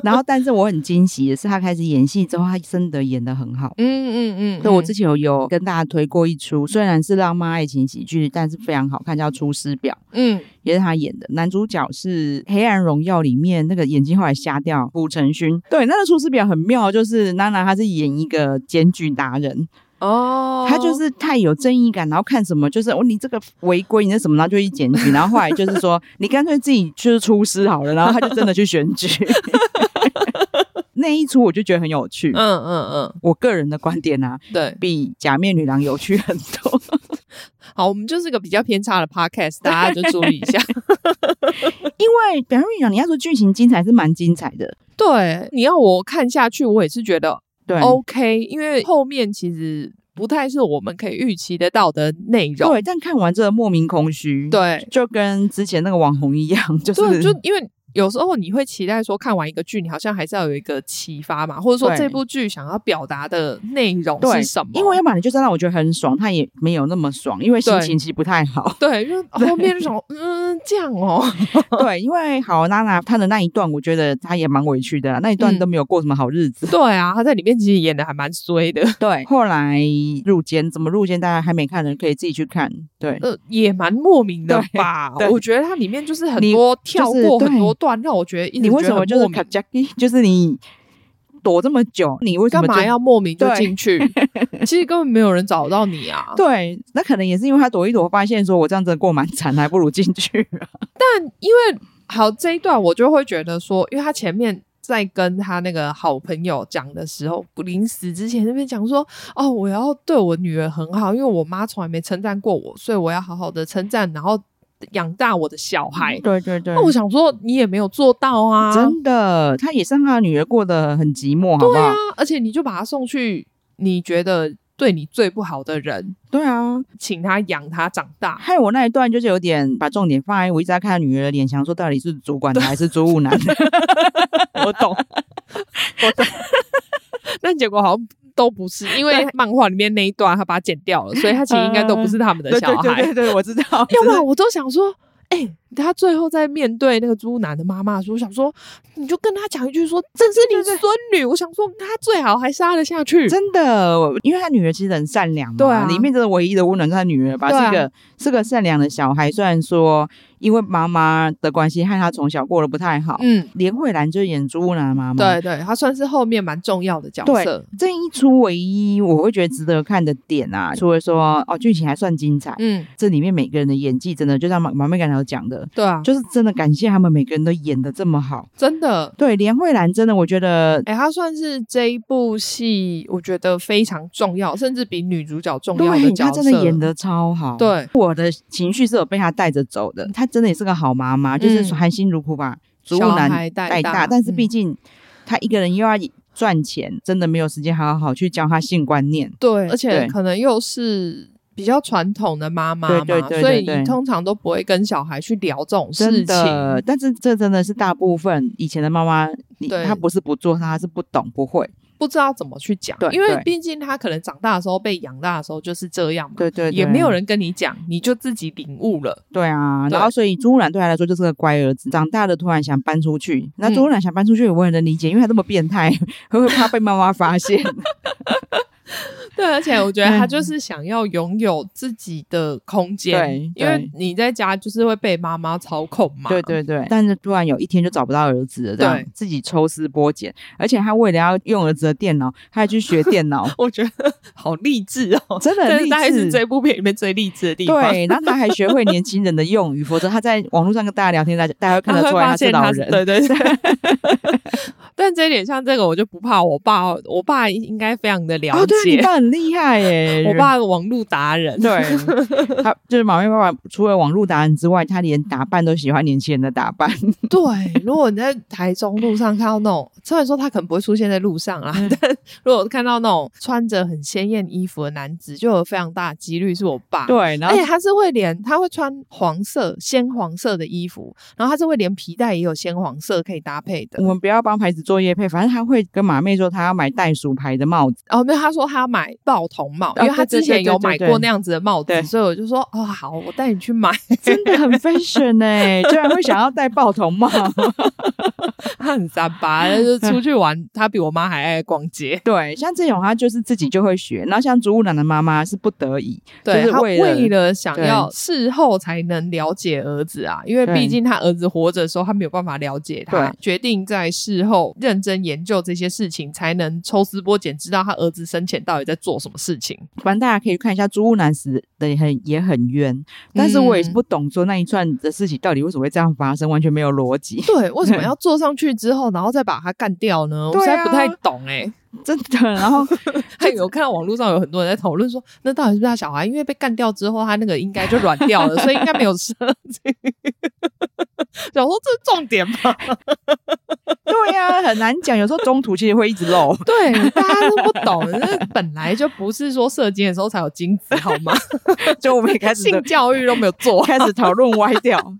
Speaker 2: 然后但是我很惊喜的是，他开始演戏之后，他真的演的很好。
Speaker 1: 嗯嗯嗯，
Speaker 2: 所以我之
Speaker 1: 己
Speaker 2: 前有有跟大家推过一出，虽然是浪漫爱情喜剧，但是非常好看，叫《出师表》，
Speaker 1: 嗯
Speaker 2: 也是他演的。男主角是《黑暗荣耀》里面那个眼睛后来瞎掉傅承勋。对，那个《出师表》很妙，就是娜娜她是演一个检举达人，
Speaker 1: 哦，
Speaker 2: 她就是太有正义感，然后看什么就是哦你这个违规，你这什么，然后就去检举，然后后来就是说你干脆自己就是出师好了，然后她就真的去选举。 那一出我就觉得很有趣，
Speaker 1: 嗯嗯
Speaker 2: 我个人的观点啊，
Speaker 1: 嗯，对。
Speaker 2: 比假面女郎有趣很多。
Speaker 1: 好，我们就是个比较偏差的 podcast，大家就注意一 下。
Speaker 2: 因为表面女郎，你要说剧情精彩是蛮精彩的，
Speaker 1: 对，你要我看下去，我也是觉得
Speaker 2: 对。
Speaker 1: OK，因为后面其实不太是我们可以预期得到的内容。
Speaker 2: 对，但看完这莫名空虚，，
Speaker 1: 对
Speaker 2: 就跟之前那个网红一样，就是
Speaker 1: 对，就因为有时候你会期待说，看完一个剧，你好像还是要有一个启发嘛，或者说
Speaker 2: 对
Speaker 1: 这部剧想要表达的内容
Speaker 2: 对
Speaker 1: 是什么？
Speaker 2: 因为要不然你就知道，我觉得很爽，他也没有那么爽，因为心
Speaker 1: 对。
Speaker 2: 情其实不太好
Speaker 1: 对，就是后面就想，嗯，这样哦，
Speaker 2: 对，因为好娜娜她的那一段，我觉得她也蛮委屈的啦，那一段
Speaker 1: 嗯
Speaker 2: 都没有过什么好日子。
Speaker 1: 对啊，他在里面其实演的还蛮衰的，
Speaker 2: 对，后来入监怎么入监，大家还没看的人可以自己去看。对，
Speaker 1: 呃，也蛮莫名的
Speaker 2: 对
Speaker 1: 吧
Speaker 2: 对？
Speaker 1: 我觉得它里面就是很
Speaker 2: 你
Speaker 1: 多跳
Speaker 2: 就是
Speaker 1: 过
Speaker 2: 对
Speaker 1: 很多段，让我觉得一直
Speaker 2: 你为什
Speaker 1: 觉得
Speaker 2: 么
Speaker 1: 很
Speaker 2: 就是
Speaker 1: 莫名
Speaker 2: k a j a k i 就是你躲这么久，你为什
Speaker 1: 干
Speaker 2: 么
Speaker 1: 嘛
Speaker 2: 就？
Speaker 1: 要莫名就
Speaker 2: 对
Speaker 1: 进去？ 其实根本没有人找到你啊。
Speaker 2: 对，那可能也是因为他躲一躲，发现说我这样子过蛮惨，还不如进去、
Speaker 1: 因为好这一段我就会觉得说，因为他前面。在跟他那个好朋友讲的时候，临死之前那边讲说：“哦，我要对我女儿很好，因为我妈从来没称赞过我，所以我要好好的称赞，然后养大我的小孩。
Speaker 2: 对对对
Speaker 1: 那我想说，你也没有做到啊，
Speaker 2: 真的，他也是让他的女儿过得很寂寞，好不
Speaker 1: 对
Speaker 2: 好
Speaker 1: 啊？，而且你就把他送去你觉得对你最不好的人，
Speaker 2: 对啊，
Speaker 1: 请他养他长 大。
Speaker 2: 害我那一段就是有点把重点放在我一直在看女儿的脸，想说到底是主 管的还是租务男的？
Speaker 1: 我懂，我懂。但结果好像都不是，因为漫画里面那一段他把它剪掉了，所以他其实应该都不是他们 的
Speaker 2: 对
Speaker 1: 小
Speaker 2: 对对
Speaker 1: 孩。
Speaker 2: 对对，我知道。
Speaker 1: 要不
Speaker 2: 只是
Speaker 1: 然我都想说，哎、他最后在面对那个猪男的妈妈的时候，我想说，你就跟他讲一句说，这是你孙女。我想说，他最好还杀得下 去。
Speaker 2: 真的，我因为他女儿其实很善良嘛，
Speaker 1: 对啊
Speaker 2: 里面真的唯一的温暖是他女儿吧，
Speaker 1: 对啊
Speaker 2: 是个是个善良的小孩。虽然说因为妈妈的关系，害他从小过得不太好。
Speaker 1: 嗯，
Speaker 2: 连慧兰就是演朱娜的妈妈，
Speaker 1: 对对，他算是后面蛮重要的角
Speaker 2: 对
Speaker 1: 色。
Speaker 2: 这一出唯一我会觉得值得看的点啊，除了说哦剧情还算精彩，
Speaker 1: 嗯，
Speaker 2: 这里面每个人的演技真的就像马马妹刚才有讲的，
Speaker 1: 对啊，
Speaker 2: 就是真的感谢他们每个人都演的这么好。
Speaker 1: 真的，
Speaker 2: 对，连慧兰真的我觉得
Speaker 1: 哎、她算是这一部戏，我觉得非常重要，甚至比女主角重要的
Speaker 2: 对
Speaker 1: 角
Speaker 2: 她
Speaker 1: 色。
Speaker 2: 真的演的超好。，
Speaker 1: 对，
Speaker 2: 我的情绪是有被她带着走的，她真的也是个好妈妈，就是
Speaker 1: 嗯
Speaker 2: 含辛茹苦把植物
Speaker 1: 小
Speaker 2: 男
Speaker 1: 孩带
Speaker 2: 带
Speaker 1: 大
Speaker 2: 大，但是
Speaker 1: 嗯
Speaker 2: 毕竟她一个人又要赚钱，真的没有时间好好去教她性观念。
Speaker 1: 对，而且
Speaker 2: 对
Speaker 1: 可能又是比较传统的妈妈嘛，
Speaker 2: 对对对
Speaker 1: 所以
Speaker 2: 对对
Speaker 1: 你通常都不会跟小孩去聊这种事
Speaker 2: 真
Speaker 1: 情。嗯
Speaker 2: 的，但是这真的是大部分以前的妈妈，你
Speaker 1: 对
Speaker 2: 她不是不做，她是不懂不会。
Speaker 1: 不知道怎么去讲
Speaker 2: 对，
Speaker 1: 因为
Speaker 2: 对
Speaker 1: 毕竟他可能长大的时候被养大的时候就是这样嘛，
Speaker 2: 对对对
Speaker 1: 也没有人跟你讲，你就自己领悟 了。
Speaker 2: 对啊，
Speaker 1: 对
Speaker 2: 然后所以朱兰对他来说就是个乖儿子，长大了突然想搬出去，那
Speaker 1: 嗯
Speaker 2: 朱兰想搬出去，我也能理解，因为他这么变态， 会不会怕被妈妈发 现？
Speaker 1: 对，而且我觉
Speaker 2: 嗯
Speaker 1: 得他就是想要拥有自己的空间
Speaker 2: 对，
Speaker 1: 因为
Speaker 2: 对
Speaker 1: 你在家就是会被妈妈操控嘛。
Speaker 2: 对对对，但是突然有一天就找不到儿子了，这样
Speaker 1: 对，
Speaker 2: 自己抽丝剥茧，而且他为了要用儿子的电脑，他还去学电脑
Speaker 1: 我觉得 好励志哦，
Speaker 2: 真的
Speaker 1: 这
Speaker 2: 很励
Speaker 1: 大概是
Speaker 2: 志。
Speaker 1: 这部片里面最励志的地方。
Speaker 2: 对，然后他还学会年轻人的用语，否则他在网络上跟大家聊天，大家大家会看
Speaker 1: 他
Speaker 2: 得
Speaker 1: 会
Speaker 2: 出来
Speaker 1: 发
Speaker 2: 他是
Speaker 1: 现
Speaker 2: 老
Speaker 1: 他是
Speaker 2: 人。
Speaker 1: 对 对对。但这一点像这个，我就不怕。我爸，我爸应该非常的了
Speaker 2: 哦，对，你
Speaker 1: 解。！
Speaker 2: 爸很厉害耶
Speaker 1: 我爸网络达人，
Speaker 2: 对，他就是马妹爸爸，除了网络达人之外，他连打扮都喜欢年轻人的打 扮。
Speaker 1: 对。如果你在台中路上看到那种，虽然说他可能不会出现在路上
Speaker 2: 嗯
Speaker 1: 啦，但如果看到那种穿着很鲜艳衣服的男子，就有非常大的几率是我爸。
Speaker 2: 对，然
Speaker 1: 而
Speaker 2: 后
Speaker 1: 且他是会连，他会穿黄色、鲜黄色的衣服，然后他是会连皮带也有鲜黄色可以搭配的
Speaker 2: 我。们不要帮牌子做业配，反正他会跟马妹说他要买袋鼠牌的帽子。
Speaker 1: 哦，没有，他说他买报童帽，
Speaker 2: 啊
Speaker 1: 因为他
Speaker 2: 对对
Speaker 1: 之
Speaker 2: 对
Speaker 1: 前有
Speaker 2: 对对
Speaker 1: 买
Speaker 2: 对
Speaker 1: 过那样子的帽子，
Speaker 2: 对
Speaker 1: 所以我就说哦，好，我带你去买，
Speaker 2: 真的很 fashion 哎、居然会想要戴报童 帽。
Speaker 1: 他很三八，就是出去玩，他比我妈还爱逛街，
Speaker 2: 对，像这种他就是自己就会学，然后像植物男的妈妈是不得已，
Speaker 1: 对、
Speaker 2: 就是
Speaker 1: 他
Speaker 2: 为了
Speaker 1: 为了想
Speaker 2: 对
Speaker 1: 要事后才能了解儿子啊，因为
Speaker 2: 对
Speaker 1: 毕竟他儿子活着的时候，他没有办法了解他
Speaker 2: 对，
Speaker 1: 决定在事后认真研究这些事情，才能抽丝剥茧，知道他儿子生前到底在做什么事情。
Speaker 2: 反正大家可以看一下植物男死的也很也很冤，但是我也是
Speaker 1: 嗯
Speaker 2: 不懂说那一串的事情到底为什么会这样发生，完全没有逻辑。
Speaker 1: 对，为什么要坐上去之后，然后再把他干掉呢？我
Speaker 2: 对
Speaker 1: 实在
Speaker 2: 啊
Speaker 1: 不太懂 哎、
Speaker 2: 真的，然后
Speaker 1: 还有看到网络上有很多人在讨论说，那到底是不是他小孩？因为被干掉之后，他那个应该就软掉了，所以应该没有射精。 想说这是重点吧？
Speaker 2: 对呀、很难讲。有时候中途其实会一直 漏。
Speaker 1: 对，大家都不懂， 那本来就不是说射精的时候才有精子好吗？
Speaker 2: 就我们也开始
Speaker 1: 性教育都没有做。
Speaker 2: 开始讨论歪掉。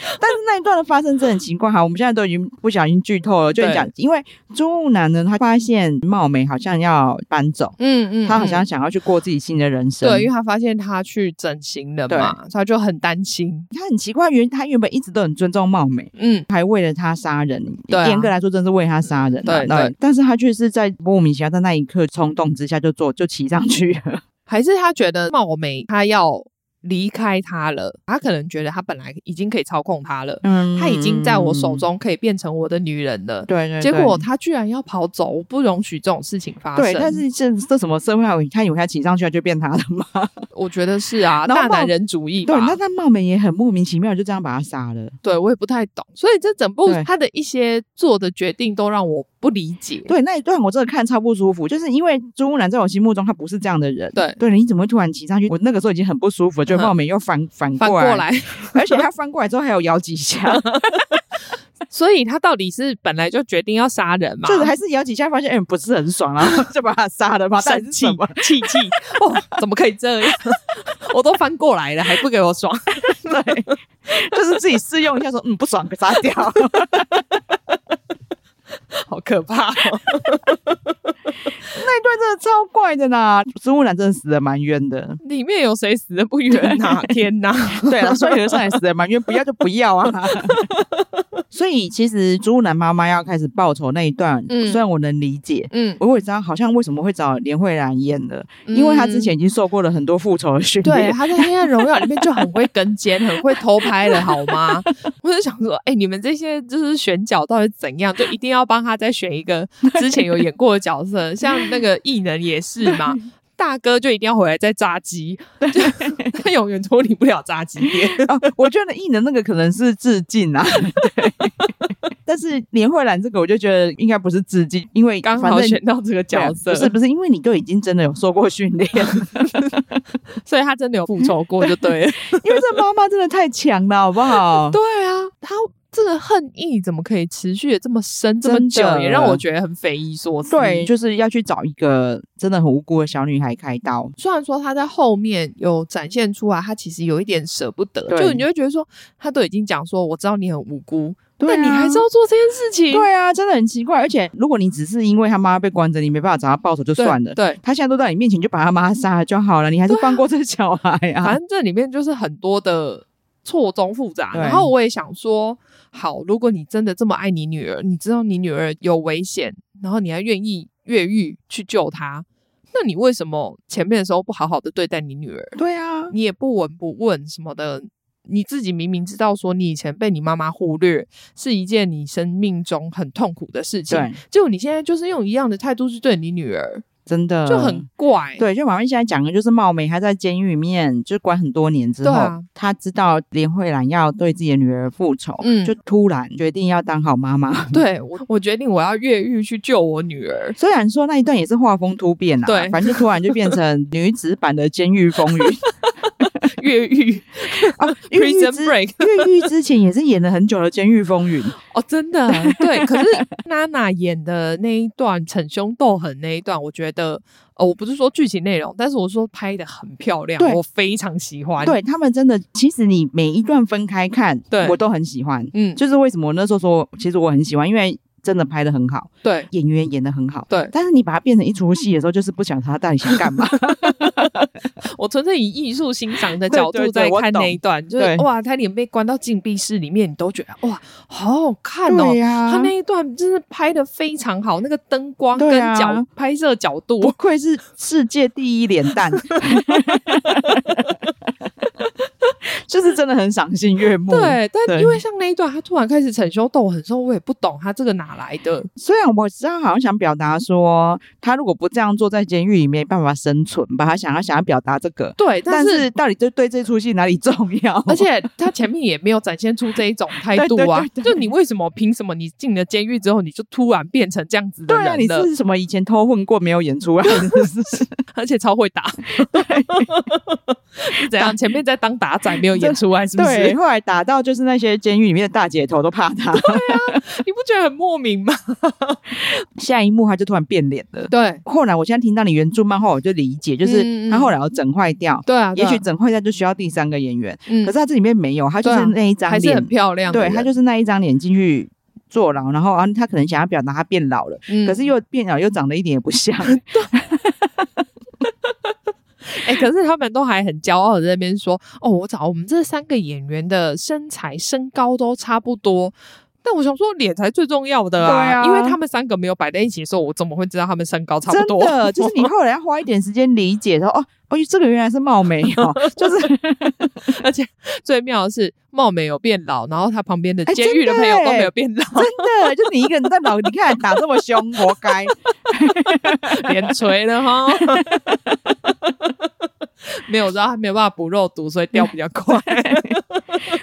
Speaker 2: 但是那一段的发生真的很奇怪哈，我们现在都已经不小心剧透了，就
Speaker 1: 对
Speaker 2: 讲，因为朱木南呢，他发现貌美好像要搬走，
Speaker 1: 嗯嗯，
Speaker 2: 他好
Speaker 1: 嗯
Speaker 2: 像想要去过自己新的人生，
Speaker 1: 对，因为他发现他去整形了
Speaker 2: 对
Speaker 1: 嘛，他就很担心。
Speaker 2: 他很奇怪，原他原本一直都很尊重貌美，
Speaker 1: 嗯，
Speaker 2: 还为了他杀人。
Speaker 1: 对啊
Speaker 2: 严格来说，真是为他杀人、啊。
Speaker 1: 对
Speaker 2: 那
Speaker 1: 对
Speaker 2: 但是他却是在莫名其妙在那一刻冲动之下就做就骑上去了。
Speaker 1: 还是他觉得貌美，他要离开他了，他可能觉得他本来已经可以操控他了，
Speaker 2: 嗯
Speaker 1: 他已经在我手。中可以变成我的女人了。
Speaker 2: 对对对
Speaker 1: 结果他居然要跑走，我不容许这种事情发生。
Speaker 2: 对，但是这这什么社会啊？他以为他骑上去他就变他的吗？
Speaker 1: 我觉得是啊，
Speaker 2: 然后
Speaker 1: 大男
Speaker 2: 貌
Speaker 1: 人主义
Speaker 2: 对，
Speaker 1: 吧
Speaker 2: 那。他貌美也很莫名其妙，就这样把他杀了。
Speaker 1: 对，我也不太懂，所以这整部
Speaker 2: 对
Speaker 1: 他的一些做的决定都让我不理解。
Speaker 2: 对，那一段我真的看超不舒服，就是因为朱木兰在我心目中他不是这样的人。
Speaker 1: 对
Speaker 2: 对，你怎么会突然骑上去？我那个时候已经很不舒服了，就
Speaker 1: 嗯
Speaker 2: 貌美又反反
Speaker 1: 翻
Speaker 2: 过
Speaker 1: 过
Speaker 2: 来，
Speaker 1: 来，
Speaker 2: 而且他翻过来之后还有摇几下，
Speaker 1: 所以他到底是本来就决定要杀人嘛？
Speaker 2: 就是还是摇几下，发现哎、不是很爽，然后 就把他杀了吧，到底
Speaker 1: 生
Speaker 2: 是
Speaker 1: 气
Speaker 2: 什 么
Speaker 1: 气气，哦，怎么可以这样？ 我都翻过来了，还不给我爽？
Speaker 2: 对，就是自己试用一下说，嗯，不爽，给杀掉。
Speaker 1: 好可怕、 哦！
Speaker 2: 那一段真的超怪的啦，植物染真的死的蛮冤的。
Speaker 1: 里面有谁死的不冤啊呐、天呐！
Speaker 2: 对了，所以有的时候也死的蛮冤，不要就不要啊。所以其实植物染妈妈要开始报仇那一段，
Speaker 1: 嗯
Speaker 2: 虽然我能理解。
Speaker 1: 嗯，
Speaker 2: 我也知道，好像为什么会找连慧兰演的，因为她之前已经受过了很多复仇的训
Speaker 1: 对
Speaker 2: 练。
Speaker 1: 他在《黑暗荣耀》里面就很会跟监，很会偷拍了，好吗？我就想说，哎、你们这些就是选角到底怎样？就一定要帮他再选一个之前有演过的角色，像那个异能也是嘛。大哥就一定要回来再 炸鸡，就他永远脱离不了炸鸡店。
Speaker 2: 啊，我觉得艺能那个可能是致敬啊。 对，但是连慧兰这个，我就觉得应该不是致敬，因为
Speaker 1: 刚
Speaker 2: 反
Speaker 1: 好
Speaker 2: 正啊
Speaker 1: 选到这个角色，
Speaker 2: 不是不是，因为你都已经真的有受过训练，
Speaker 1: 所以他真的有复仇过，就对 了。
Speaker 2: 因为这妈妈真的太强了，好不好？
Speaker 1: 对啊，他这个恨意怎么可以持续得这么深这么
Speaker 2: 真
Speaker 1: 久，
Speaker 2: 的
Speaker 1: 也让我觉得很匪夷所思。
Speaker 2: 对，就是要去找一个真的很无辜的小女孩开刀。
Speaker 1: 虽然说他在后面有展现出来，他其实有一点舍不得，
Speaker 2: 对
Speaker 1: 就你就会觉得说，他都已经讲说，我知道你很无辜，
Speaker 2: 对啊
Speaker 1: 但你还是要做这件事情，
Speaker 2: 对啊，真的很奇怪。而且如果你只是因为他妈被关着，你没办法找他报仇就
Speaker 1: 对，
Speaker 2: 算了。
Speaker 1: 对。
Speaker 2: 他现在都在你面前，就把他妈杀了就好了，你还是放过这小孩啊
Speaker 1: 反？正这里面就是很多的错综复杂。
Speaker 2: 对
Speaker 1: 然后我也想说，好，如果你真的这么爱你女儿，你知道你女儿有危险，然后你还愿意越狱去救她，那你为什么前面的时候不好好 的对待你女儿？
Speaker 2: 对啊，
Speaker 1: 你也不闻不问什么的。你自己明明知道说你以前被你妈妈忽略是一件你生命中很痛苦的事情
Speaker 2: 对，
Speaker 1: 结果你现在就是用一样的态度去对你女儿，
Speaker 2: 真的
Speaker 1: 就很怪。
Speaker 2: 嗯对，就马文现在讲的就是貌美，她在监狱里面就关很多年之
Speaker 1: 对
Speaker 2: 后，
Speaker 1: 啊
Speaker 2: 她知道连慧兰要对自己的女儿复仇，
Speaker 1: 嗯
Speaker 2: 就突然决定要当好妈妈。
Speaker 1: 对，我我决定我要越狱去救我女儿。
Speaker 2: 虽然说那一段也是画风突变啊，
Speaker 1: 对
Speaker 2: 反正就突然就变成女子版的《监狱风云》
Speaker 1: 越狱
Speaker 2: 啊，越狱
Speaker 1: Prison
Speaker 2: 之
Speaker 1: Break
Speaker 2: 越狱之前也是演了很久的《监狱风云》，
Speaker 1: 哦，真的对。可是娜娜演的那一段逞凶斗狠那一段，我觉得呃，我不是说剧情内容，但是我说拍的很漂亮
Speaker 2: 对，
Speaker 1: 我非常喜欢。，
Speaker 2: 对他们真的，其实你每一段分开看，
Speaker 1: 对
Speaker 2: 我都很喜欢。
Speaker 1: 嗯，
Speaker 2: 就是为什么我那时候说，其实我很喜欢，因为真的拍的很好。
Speaker 1: 对
Speaker 2: 演员演的很好，
Speaker 1: 对
Speaker 2: 但是你把它变成一出戏的时候，就是不晓得他到底想干嘛。
Speaker 1: 我纯粹以艺术欣赏的
Speaker 2: 对
Speaker 1: 角
Speaker 2: 对对
Speaker 1: 度在
Speaker 2: 我
Speaker 1: 看那
Speaker 2: 懂
Speaker 1: 一段，就是
Speaker 2: 对
Speaker 1: 哇，他连被关到禁闭室里面，你都觉得哇，好好看哦。
Speaker 2: 对呀、
Speaker 1: 他那一段真的拍的非常好，那个灯光跟
Speaker 2: 对啊
Speaker 1: 角、拍摄角度，
Speaker 2: 不愧是世界第一脸蛋， 就是真的很赏心悦目。，
Speaker 1: 对，但
Speaker 2: 对
Speaker 1: 因为像那一段，他突然开始逞凶斗狠的时候，我也不懂他这个哪来的。
Speaker 2: 虽然我知道好像想表达说，他如果不这样做，在监狱里面没办法生存吧，他想要想要表达这个，
Speaker 1: 对，但
Speaker 2: 但
Speaker 1: 是
Speaker 2: 是到底这对这出戏哪里重要？
Speaker 1: 而且他前面也没有展现出这一种态度 啊
Speaker 2: 对对对对，
Speaker 1: 就你为什么凭什么你进了监狱之后，你就突然变成这样子的
Speaker 2: 对
Speaker 1: 人
Speaker 2: 啊，
Speaker 1: 了？
Speaker 2: 你是什么以啊前偷混过没有演出来？是不是
Speaker 1: 而且超会打，是怎样？前面在当打仔，没有演出来，是不是？
Speaker 2: 对，后来打到就是那些监狱里面的大姐头都怕他，
Speaker 1: 你不觉得很莫名吗？
Speaker 2: 下一幕他就突然变脸了。
Speaker 1: 对，
Speaker 2: 后来我现在听到你原著漫画，我就理解，就是他后来要整坏掉，
Speaker 1: 对啊，
Speaker 2: 也许整坏掉就需要第三个演员，
Speaker 1: 嗯
Speaker 2: 可是他这里面没有，他就是那一张
Speaker 1: 还是
Speaker 2: 脸
Speaker 1: 很，漂亮的
Speaker 2: 对
Speaker 1: 人，
Speaker 2: 他就是那一张脸进去坐牢，然后啊，他可能想要表达他变老了，
Speaker 1: 嗯
Speaker 2: 可是又变老又长得一点也不像，
Speaker 1: 哎、可是他们都还很骄傲的在那边说：“哦，我找我们这三个演员的身材、身高都差不多。”但我想说，脸才最重要的
Speaker 2: 对啊
Speaker 1: 因为他们三个没有摆在一起的时候，我怎么会知道他们身高差不
Speaker 2: 真
Speaker 1: 多？
Speaker 2: 的，就是你后来要花一点时间理解说，哦，哦，这个原来是貌美 哦，就是
Speaker 1: 最妙的是，貌美有变老，然后他旁边的
Speaker 2: 哎
Speaker 1: 监狱的欸
Speaker 2: 真的
Speaker 1: 朋友都
Speaker 2: 耶
Speaker 1: 没有变老，
Speaker 2: 真的，就你一个人在老，你看打这么凶，活 该。
Speaker 1: 脸垂了哈。没有，我知道他没有办法补肉毒，所以掉比较快。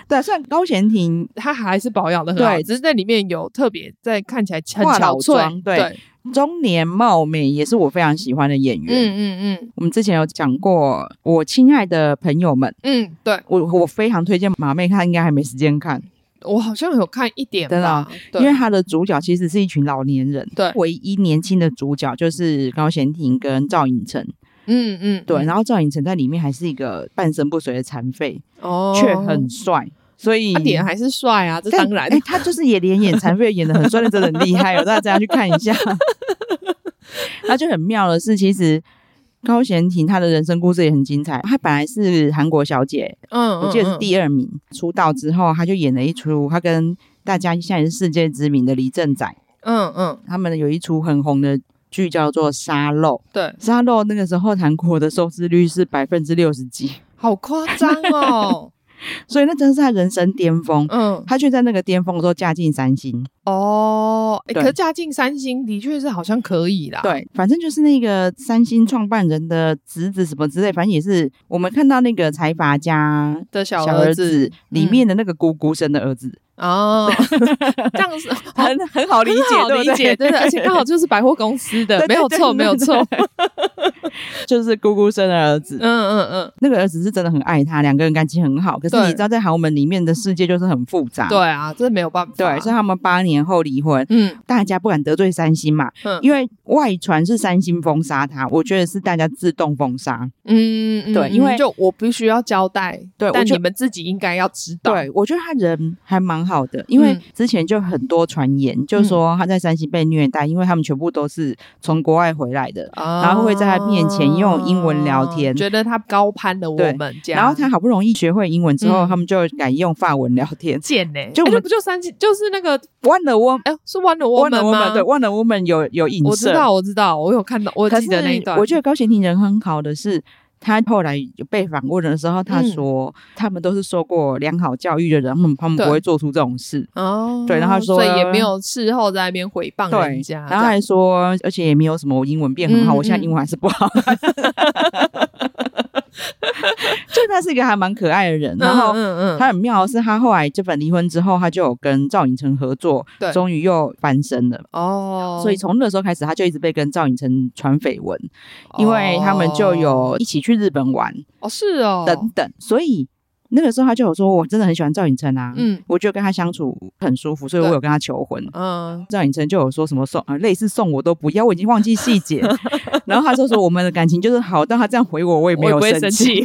Speaker 2: 对，啊虽然高贤婷
Speaker 1: 他还是保养的很好，
Speaker 2: 对
Speaker 1: 只是在里面有特别在看起来很
Speaker 2: 化老
Speaker 1: 憔悴。
Speaker 2: 妆对中年貌美也是我非常喜欢的演员。
Speaker 1: 嗯嗯
Speaker 2: 我们之前有讲过，我亲爱的朋友们，
Speaker 1: 嗯嗯，对。
Speaker 2: 我我非常推荐马妹看，应该还没时间看，
Speaker 1: 我好像有看一点
Speaker 2: 真的
Speaker 1: 吧
Speaker 2: 啊，
Speaker 1: 对，
Speaker 2: 因为她的主角其实是一群老年人，
Speaker 1: 对
Speaker 2: 唯一年轻的主角就是高贤婷跟赵寅成，
Speaker 1: 嗯嗯，
Speaker 2: 对，
Speaker 1: 嗯
Speaker 2: 然后赵寅成在里面还是一个半身不遂的残废，
Speaker 1: 哦，
Speaker 2: 却很帅，所以
Speaker 1: 他脸还是帅啊，这
Speaker 2: 但
Speaker 1: 当然
Speaker 2: 哎、，他就是也连演残废演的很帅，那真的很厉害哦，大家去看一下。 他就很妙的是，其实高贤婷她的人生故事也很精彩。她本来是韩国小姐，
Speaker 1: 嗯，
Speaker 2: 我记得是
Speaker 1: 嗯
Speaker 2: 第二名。出道之后，她就演了一出，她跟大家现在是世界知名的李正宰，
Speaker 1: 嗯嗯，
Speaker 2: 他们有一出很红的剧叫做《沙漏》。
Speaker 1: 对，
Speaker 2: 沙漏那个时候韩国的收视率是百分之六十几，
Speaker 1: 好夸张哦，
Speaker 2: 所以那真的是她人生巅峰。
Speaker 1: 嗯
Speaker 2: 她却在那个巅峰的时候嫁进三星。
Speaker 1: 哦，哎，
Speaker 2: 对
Speaker 1: 可嫁进三星的确是好像可以啦，，
Speaker 2: 对，反正就是那个三星创办人的侄子什么之类，反正也是我们看到那个财阀家
Speaker 1: 的小
Speaker 2: 儿
Speaker 1: 儿子嗯
Speaker 2: 里面的那个姑姑生的儿子，
Speaker 1: 哦，这样子好
Speaker 2: 很很好理解，
Speaker 1: 很好
Speaker 2: 对不
Speaker 1: 理
Speaker 2: 对
Speaker 1: 解，真的，而且刚好就是百货公司的
Speaker 2: 对，
Speaker 1: 没有
Speaker 2: 对
Speaker 1: 错，
Speaker 2: 对
Speaker 1: 没有错，
Speaker 2: 对 就是姑姑生的儿子。
Speaker 1: 嗯嗯嗯，
Speaker 2: 那个儿子是真的很爱他，两个人感情很好。可是
Speaker 1: 对
Speaker 2: 你知道，在豪门里面的世界就是很复杂，
Speaker 1: 对啊，这没有办法，
Speaker 2: 对，所以他们八年后离婚，
Speaker 1: 嗯
Speaker 2: 大家不敢得罪三星嘛，
Speaker 1: 嗯
Speaker 2: 因为外传是三星封杀他，我觉得是大家自动封杀。
Speaker 1: 嗯，嗯
Speaker 2: 对
Speaker 1: 嗯
Speaker 2: 因为
Speaker 1: 就我必须要交代，
Speaker 2: 对我
Speaker 1: 但
Speaker 2: 就
Speaker 1: 你们自己应该要知道，
Speaker 2: 对，我觉得他人还蛮好的，因为
Speaker 1: 嗯
Speaker 2: 之前就很多传言，就说他在山西被虐待，因为他们全部都是从国外回来的，
Speaker 1: 然
Speaker 2: 后会在他面前用英文聊天
Speaker 1: 哦觉得他高攀了我
Speaker 2: 对
Speaker 1: 们这样。
Speaker 2: 然后他好不容易学会英文之后，
Speaker 1: 啊嗯
Speaker 2: 他们就改用法文聊天。
Speaker 1: 贱呢、
Speaker 2: 就
Speaker 1: 哎
Speaker 2: 我们
Speaker 1: 那不就三星，就是那个
Speaker 2: Wonder Woman，
Speaker 1: 哎、是 Wonder
Speaker 2: Wonder
Speaker 1: Woman 吗？
Speaker 2: Woman，对，Wonder Woman 有有影射，
Speaker 1: 我知道，我知道，我有看到，我
Speaker 2: 可
Speaker 1: 记
Speaker 2: 是
Speaker 1: 得那一段。
Speaker 2: 我觉得高贤婷人很好的是。他后来被访问的时候，
Speaker 1: 嗯
Speaker 2: 他说、他们都是受过良好教育的人，他们他们
Speaker 1: 对
Speaker 2: 不会做出这种事。
Speaker 1: 哦，
Speaker 2: 对然后他说
Speaker 1: 所以也没有事后在那边诽谤
Speaker 2: 对
Speaker 1: 人家，，
Speaker 2: 然后还说，而且也没有什么英文变很好，
Speaker 1: 嗯
Speaker 2: 我现在
Speaker 1: 嗯
Speaker 2: 英文还是不好。 就他是一个还蛮可爱的人，
Speaker 1: 这
Speaker 2: 然
Speaker 1: 样
Speaker 2: 后。
Speaker 1: 嗯嗯嗯，
Speaker 2: 他很妙的是，他后来这本离婚之后，他就有跟赵寅成合作
Speaker 1: 对，
Speaker 2: 终于又翻身了。
Speaker 1: 哦，
Speaker 2: 所以从那时候开始，他就一直被跟赵寅成传绯闻，因为他们就有一起去日本玩
Speaker 1: 哦是哦，
Speaker 2: 等等。所以那个时候他就有说，我真的很喜欢赵寅成啊，
Speaker 1: 嗯
Speaker 2: 我就跟他相处很舒服，所以我
Speaker 1: 对
Speaker 2: 有跟他求婚。
Speaker 1: 嗯
Speaker 2: 赵寅成就有说什么送啊、呃类似送我都不要，我已经忘记细 节。然后他就说我们的感情就是好，但他这样回我，我也没
Speaker 1: 我也
Speaker 2: 有
Speaker 1: 不会
Speaker 2: 生
Speaker 1: 气。，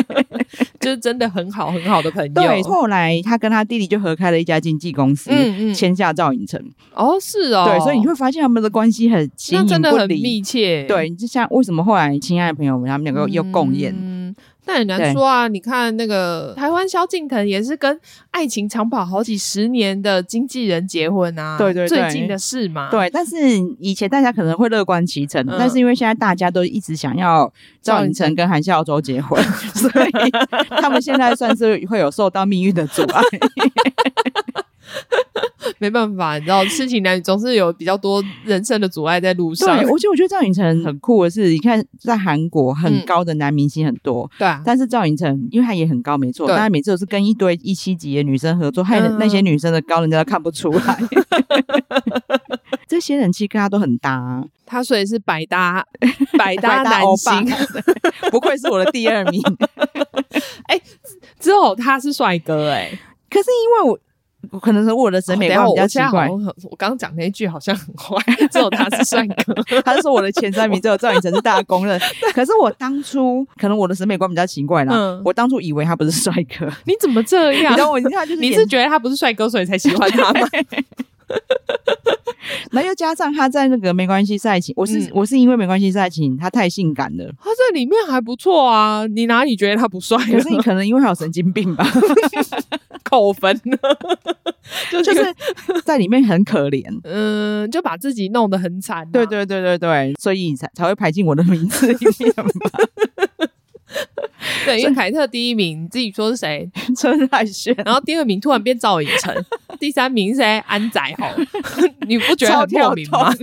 Speaker 1: 就是真的很好很好的朋友，
Speaker 2: 对，后来他跟他弟弟就合开了一家经纪公司，
Speaker 1: 嗯嗯，
Speaker 2: 签下赵寅成。
Speaker 1: 哦是哦，
Speaker 2: 对，所以你会发现他们的关系很形
Speaker 1: 那真
Speaker 2: 影
Speaker 1: 的
Speaker 2: 不
Speaker 1: 很
Speaker 2: 离。
Speaker 1: 密切，
Speaker 2: 对，就像为什么后来《亲爱的朋友们》他们两个又共演，
Speaker 1: 嗯，那很难
Speaker 2: 对
Speaker 1: 说啊。你看那个台湾萧敬腾也是跟爱情长跑好几十年的经纪人结婚啊，
Speaker 2: 对对对
Speaker 1: 最近的事嘛，，
Speaker 2: 对，但是以前大家可能会乐观其成，
Speaker 1: 嗯
Speaker 2: 但是因为现在大家都一直想要赵寅成跟韩孝周结婚， 所以他们现在算是会有受到命运的阻碍。
Speaker 1: 没办法，你知 道痴情男女总是有比较多人生的阻碍在路上，
Speaker 2: 对，我觉得我觉得赵寅成很酷的是，你看在韩国
Speaker 1: 嗯
Speaker 2: 很高的男明星很多，
Speaker 1: 对啊，
Speaker 2: 但是赵寅成因为他也很高，没错，
Speaker 1: 对
Speaker 2: 但他每次都是跟一堆一七级的女生合作，害
Speaker 1: 嗯
Speaker 2: 那些女生的高人家都看不出来。 这些人气跟他都很搭啊，
Speaker 1: 他所以 是百搭百搭
Speaker 2: 百搭
Speaker 1: 男
Speaker 2: 欧巴
Speaker 1: 星，，
Speaker 2: 不愧是我的第二名。
Speaker 1: 哎、只有他是帅哥哎、
Speaker 2: 可是因为我，我可能是我的审美观
Speaker 1: 哦
Speaker 2: 比
Speaker 1: 等
Speaker 2: 较
Speaker 1: 一
Speaker 2: 奇
Speaker 1: 下我现在
Speaker 2: 怪，
Speaker 1: 好像很我刚刚讲那一句好像很坏，只有他是帅哥。
Speaker 2: 他是说我的前三名只有赵寅成是大家公认。 可是我当初可能我的审美观比较奇怪啦，
Speaker 1: 嗯
Speaker 2: 我当初以为他不是帅哥，
Speaker 1: 你怎么这
Speaker 2: 你
Speaker 1: 样
Speaker 2: 知？道我一下就是
Speaker 1: 你
Speaker 2: 眼
Speaker 1: 是觉得他不是帅哥，所以才喜欢他吗？
Speaker 2: 然后又加上他在那个没关系是爱情，我是、
Speaker 1: 嗯
Speaker 2: 我是因为没关系是爱情，他太性感了。
Speaker 1: 他在里面还不错啊，你哪里觉得他不帅
Speaker 2: 可
Speaker 1: 了？
Speaker 2: 是你可能因为他有神经 病吧，
Speaker 1: 扣分呢？ 就
Speaker 2: 就是是在里面很可 怜。
Speaker 1: 嗯、就把自己弄得很惨、啊
Speaker 2: 对，对对对对，所以才才会排进我的名字里面 吧。
Speaker 1: 对，因为凯特第一名，你自己说是谁？
Speaker 2: 陈海 轩
Speaker 1: 然后第二名突然变赵寅成，第三名是谁？安宰吼，你不觉得很莫名吗
Speaker 2: 超？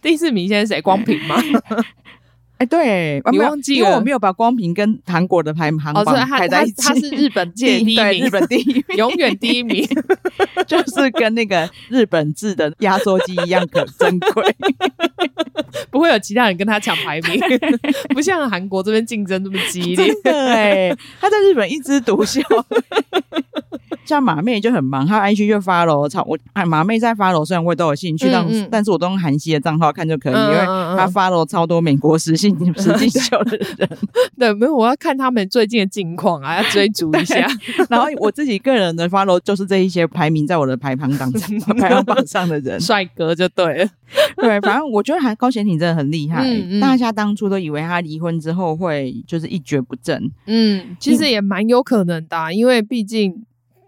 Speaker 1: 第四名现在是谁？光 平吗？
Speaker 2: 哎，对，
Speaker 1: 你
Speaker 2: 没有
Speaker 1: 忘记
Speaker 2: 因为
Speaker 1: 了
Speaker 2: 我没有把光平跟韩国的排行
Speaker 1: 哦，
Speaker 2: 榜
Speaker 1: 所以他
Speaker 2: 排在
Speaker 1: 他
Speaker 2: 一起。
Speaker 1: 他是日 本界第一
Speaker 2: 对日
Speaker 1: 名，
Speaker 2: 本第一名
Speaker 1: 永远第一名。
Speaker 2: 就是跟那个日本制的压缩机一样可 珍贵。
Speaker 1: 不会有其他人跟他抢排名，不像韩国这边竞争这么激烈。
Speaker 2: 真的哎，他在日本一枝独 秀。像马妹就很忙，她 IG 就发了，操我哎马妹在发了，虽然我也都有兴趣，
Speaker 1: 嗯
Speaker 2: 但、
Speaker 1: 嗯
Speaker 2: 但是我都用韩系的账号看就可以，
Speaker 1: 嗯嗯
Speaker 2: 因
Speaker 1: 嗯
Speaker 2: 为她发了超多美国实性实境秀 的人。
Speaker 1: 对，没有，我要看他们最近的近况啊，要追逐一下。
Speaker 2: 然后我自己个人的 follow 就是这一些排名在我的排行榜上排行榜上的 人。
Speaker 1: 帅哥就对了，
Speaker 2: 对，反正我觉得还高贤廷真的很厉害、
Speaker 1: 嗯嗯
Speaker 2: 大家当初都以为他离婚之后会就是一蹶不振，
Speaker 1: 嗯，其实也蛮有可能的啊、因为毕竟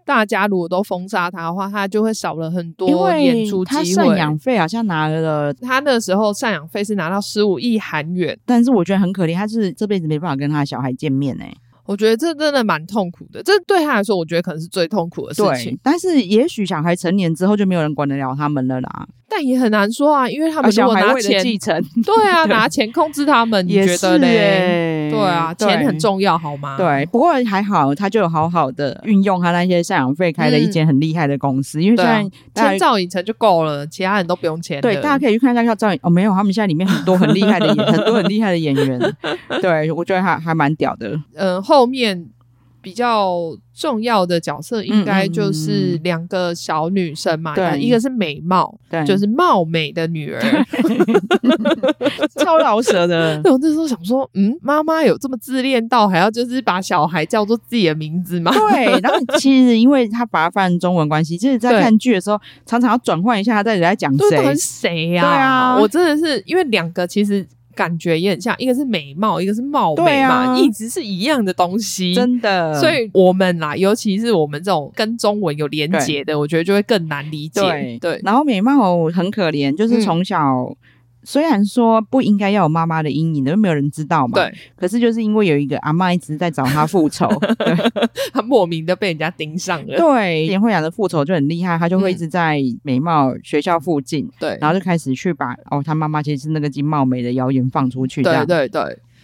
Speaker 1: 大家如果都封杀他的话，他就会少了很
Speaker 2: 因
Speaker 1: 多演
Speaker 2: 为
Speaker 1: 出
Speaker 2: 他
Speaker 1: 机
Speaker 2: 赡
Speaker 1: 会。
Speaker 2: 养费好像拿了
Speaker 1: 他那时候赡养费是拿到十五亿韩元，
Speaker 2: 但是我觉得很可怜，他是这辈子没办法跟他的小孩见面哎、
Speaker 1: 我觉得这真的蛮痛苦的。这对他来说，我觉得可能是最痛苦的事情
Speaker 2: 对，，但是也许小孩成年之后就没有人管得了他们了啦。
Speaker 1: 但也很难说啊，因为他
Speaker 2: 他
Speaker 1: 们如
Speaker 2: 小
Speaker 1: 果
Speaker 2: 孩为
Speaker 1: 拿
Speaker 2: 了
Speaker 1: 钱，
Speaker 2: 继承，
Speaker 1: 对 啊，
Speaker 2: 对
Speaker 1: 拿钱控制他们，你
Speaker 2: 也
Speaker 1: 觉
Speaker 2: 是
Speaker 1: 得嘞？
Speaker 2: 欸
Speaker 1: 对啊，钱很。重啊要，好吗？
Speaker 2: 对，不过还好，他就有好好的运用他那些赡养费，开了一间很厉害的公司。因为
Speaker 1: 对
Speaker 2: 现
Speaker 1: 啊
Speaker 2: 在，大
Speaker 1: 签
Speaker 2: 家
Speaker 1: 赵寅成就够了，其他人都不用签了。
Speaker 2: 对大家可以去看一下赵颖哦，没有，他们现在里面很多很厉害的 演，很多很厉害的演员。对，我觉得还还蛮屌的。
Speaker 1: 嗯、后面比较重要的角色
Speaker 2: 嗯
Speaker 1: 应该就是两个小女生嘛，
Speaker 2: 对
Speaker 1: 一个是美貌，
Speaker 2: 对，
Speaker 1: 就是貌美的女儿。
Speaker 2: 超老舌的。
Speaker 1: 对我那时候想说，嗯，妈妈有这么自恋到还要就是把小孩叫做自己的名字 吗？
Speaker 2: 对，然后其实因为他把它翻成中文关系，就是在
Speaker 1: 对
Speaker 2: 看剧的时候，常常要转换一下他到底在讲
Speaker 1: 对，到
Speaker 2: 谁
Speaker 1: 底。是谁呀、
Speaker 2: 对啊
Speaker 1: 我真的是因为两个其实。感觉也很像，一个是美貌，一个是貌美
Speaker 2: 对
Speaker 1: 嘛，
Speaker 2: 啊
Speaker 1: 一直是一样的东西。
Speaker 2: 真的，
Speaker 1: 所以我们啦，尤其是我们这种跟中文有连结的，我觉得就会更难理解。
Speaker 2: 对
Speaker 1: 对，嗯
Speaker 2: 然后美貌很可怜，就是从小、虽然说不应该要有妈妈的阴影，因为没有人知道嘛。。
Speaker 1: 对，
Speaker 2: 可是就是因为有一个阿嬷一直在找他复 仇，
Speaker 1: 他莫名的被人家盯上了。
Speaker 2: 对，严慧雅的复仇就很厉害，她就会一
Speaker 1: 嗯
Speaker 2: 直在美貌学校附近，
Speaker 1: 对，
Speaker 2: 然后就开始去把哦，她妈妈其实是那个金茂美的谣言放出去，这
Speaker 1: 对
Speaker 2: 样，
Speaker 1: 对对，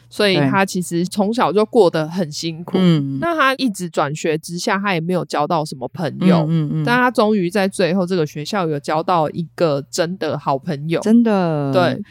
Speaker 1: 所以
Speaker 2: 对
Speaker 1: 他其实从小就过得很辛苦。
Speaker 2: 嗯，
Speaker 1: 那他一直转学之下，他也没有交到什么朋友，
Speaker 2: 嗯嗯，
Speaker 1: 但他终于在最后这个学校有交到一个真的好朋友。
Speaker 2: 真的，
Speaker 1: 对，，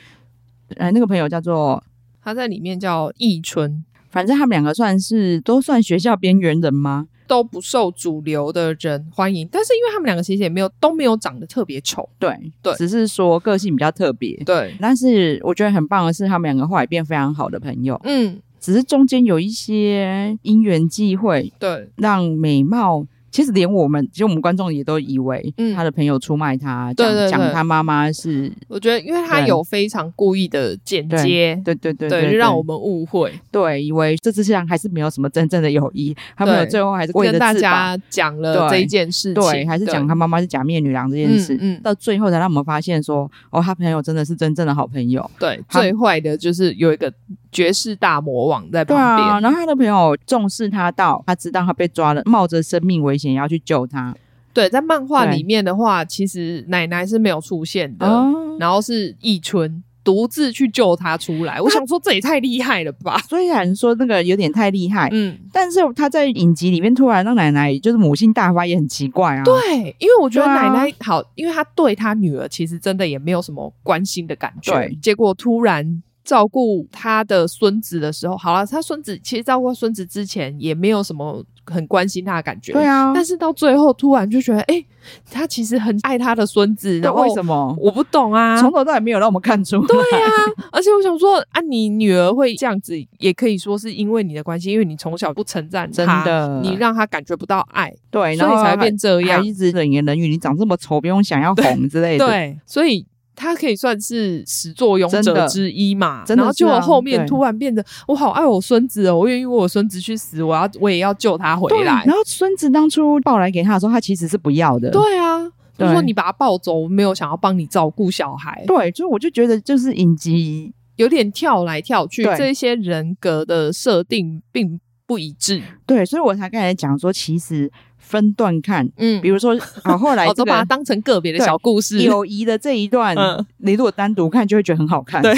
Speaker 2: 哎，那个朋友叫做。
Speaker 1: 他在里面叫易春，
Speaker 2: 反正他们两个算是都算学校边缘人吗？
Speaker 1: 都不受主流的人欢迎，但是因为他们两个其实也没有都没有长得特别丑，
Speaker 2: 对，
Speaker 1: 对
Speaker 2: 只是说个性比较特别。
Speaker 1: 对，
Speaker 2: 但是我觉得很棒的是，他们两个后来变非常好的朋友，
Speaker 1: 嗯，
Speaker 2: 只是中间有一些因缘际会，
Speaker 1: 对，
Speaker 2: 让美貌。其实连我们，其实我们观众也都以为
Speaker 1: 嗯
Speaker 2: 他的朋友出卖他，
Speaker 1: 对对对
Speaker 2: 讲讲他妈妈是，
Speaker 1: 我觉得，因为他
Speaker 2: 对
Speaker 1: 有非常故意的剪接，
Speaker 2: 对对对
Speaker 1: 就让我们误会，
Speaker 2: 对以为这世界上还是没有什么真正的友谊，他们有最后还是为了
Speaker 1: 跟大
Speaker 2: 自保
Speaker 1: 家讲了这
Speaker 2: 对
Speaker 1: 一件事情，
Speaker 2: 对，还是讲他妈妈是假面女郎这件事，
Speaker 1: 嗯嗯
Speaker 2: 到最后才让我们发现说，哦，他朋友真的是真正的好朋友。
Speaker 1: 对
Speaker 2: 他
Speaker 1: 最坏的就是有一个绝世大魔王在
Speaker 2: 对
Speaker 1: 旁边，
Speaker 2: 啊，然后他的朋友重视他到他知道他被抓了，冒着生命危险也要去救他。
Speaker 1: 对在漫画
Speaker 2: 对
Speaker 1: 里面的话，其实奶奶是没有出现的，
Speaker 2: 哦，
Speaker 1: 然后是易春独自去救他出来，我想说这也太厉害了 吧，
Speaker 2: 虽然说那个有点太厉害，
Speaker 1: 嗯。
Speaker 2: 但是他在影集里面突然让奶奶就是母性大发，也很奇怪啊。
Speaker 1: 对，因为我觉得
Speaker 2: 对
Speaker 1: 奶
Speaker 2: 啊
Speaker 1: 奶、好，因为她对她女儿其实真的也没有什么关心的感觉
Speaker 2: 对，
Speaker 1: 结果突然照顾他的孙子的时候，好了，他孙子其实照顾孙子之前也没有什么很关心他的感觉，
Speaker 2: 对啊，
Speaker 1: 但是到最后突然就觉得，哎、欸，他其实很爱他的孙子，然后
Speaker 2: 为什么？
Speaker 1: 我不懂啊，
Speaker 2: 从头到尾没有让我们看出来，
Speaker 1: 对 啊，而且我想说，啊，你女儿会这样子，也可以说是因为你的关系，因为你从小不称赞
Speaker 2: 真的，哎
Speaker 1: 你让他感觉不到爱，
Speaker 2: 对，
Speaker 1: 所以才会变这样，
Speaker 2: 一直冷言冷语，你长这么丑，不用想要红之类的，
Speaker 1: 对，對所以。他可以算是始作俑者之一嘛，
Speaker 2: 真的啊
Speaker 1: 然后就后面突然变得我好爱我孙子哦，我愿意为我孙子去死，我要我也要救他回来。
Speaker 2: 然后孙子当初抱来给他的时候，他其实是不要的。
Speaker 1: 对啊。就说你把他抱走，我没有想要帮你照顾小孩。
Speaker 2: 对，就我就觉得就是影集
Speaker 1: 有点跳来跳去，这些人格的设定并不一致。
Speaker 2: 对，所以我才刚才讲说，其实。分段看，嗯，比如说啊，后来、這個、
Speaker 1: 哦我都把它当成个别的小故事。
Speaker 2: 友谊的这一段，嗯、你如果单独看，就会觉得很好看，
Speaker 1: 对，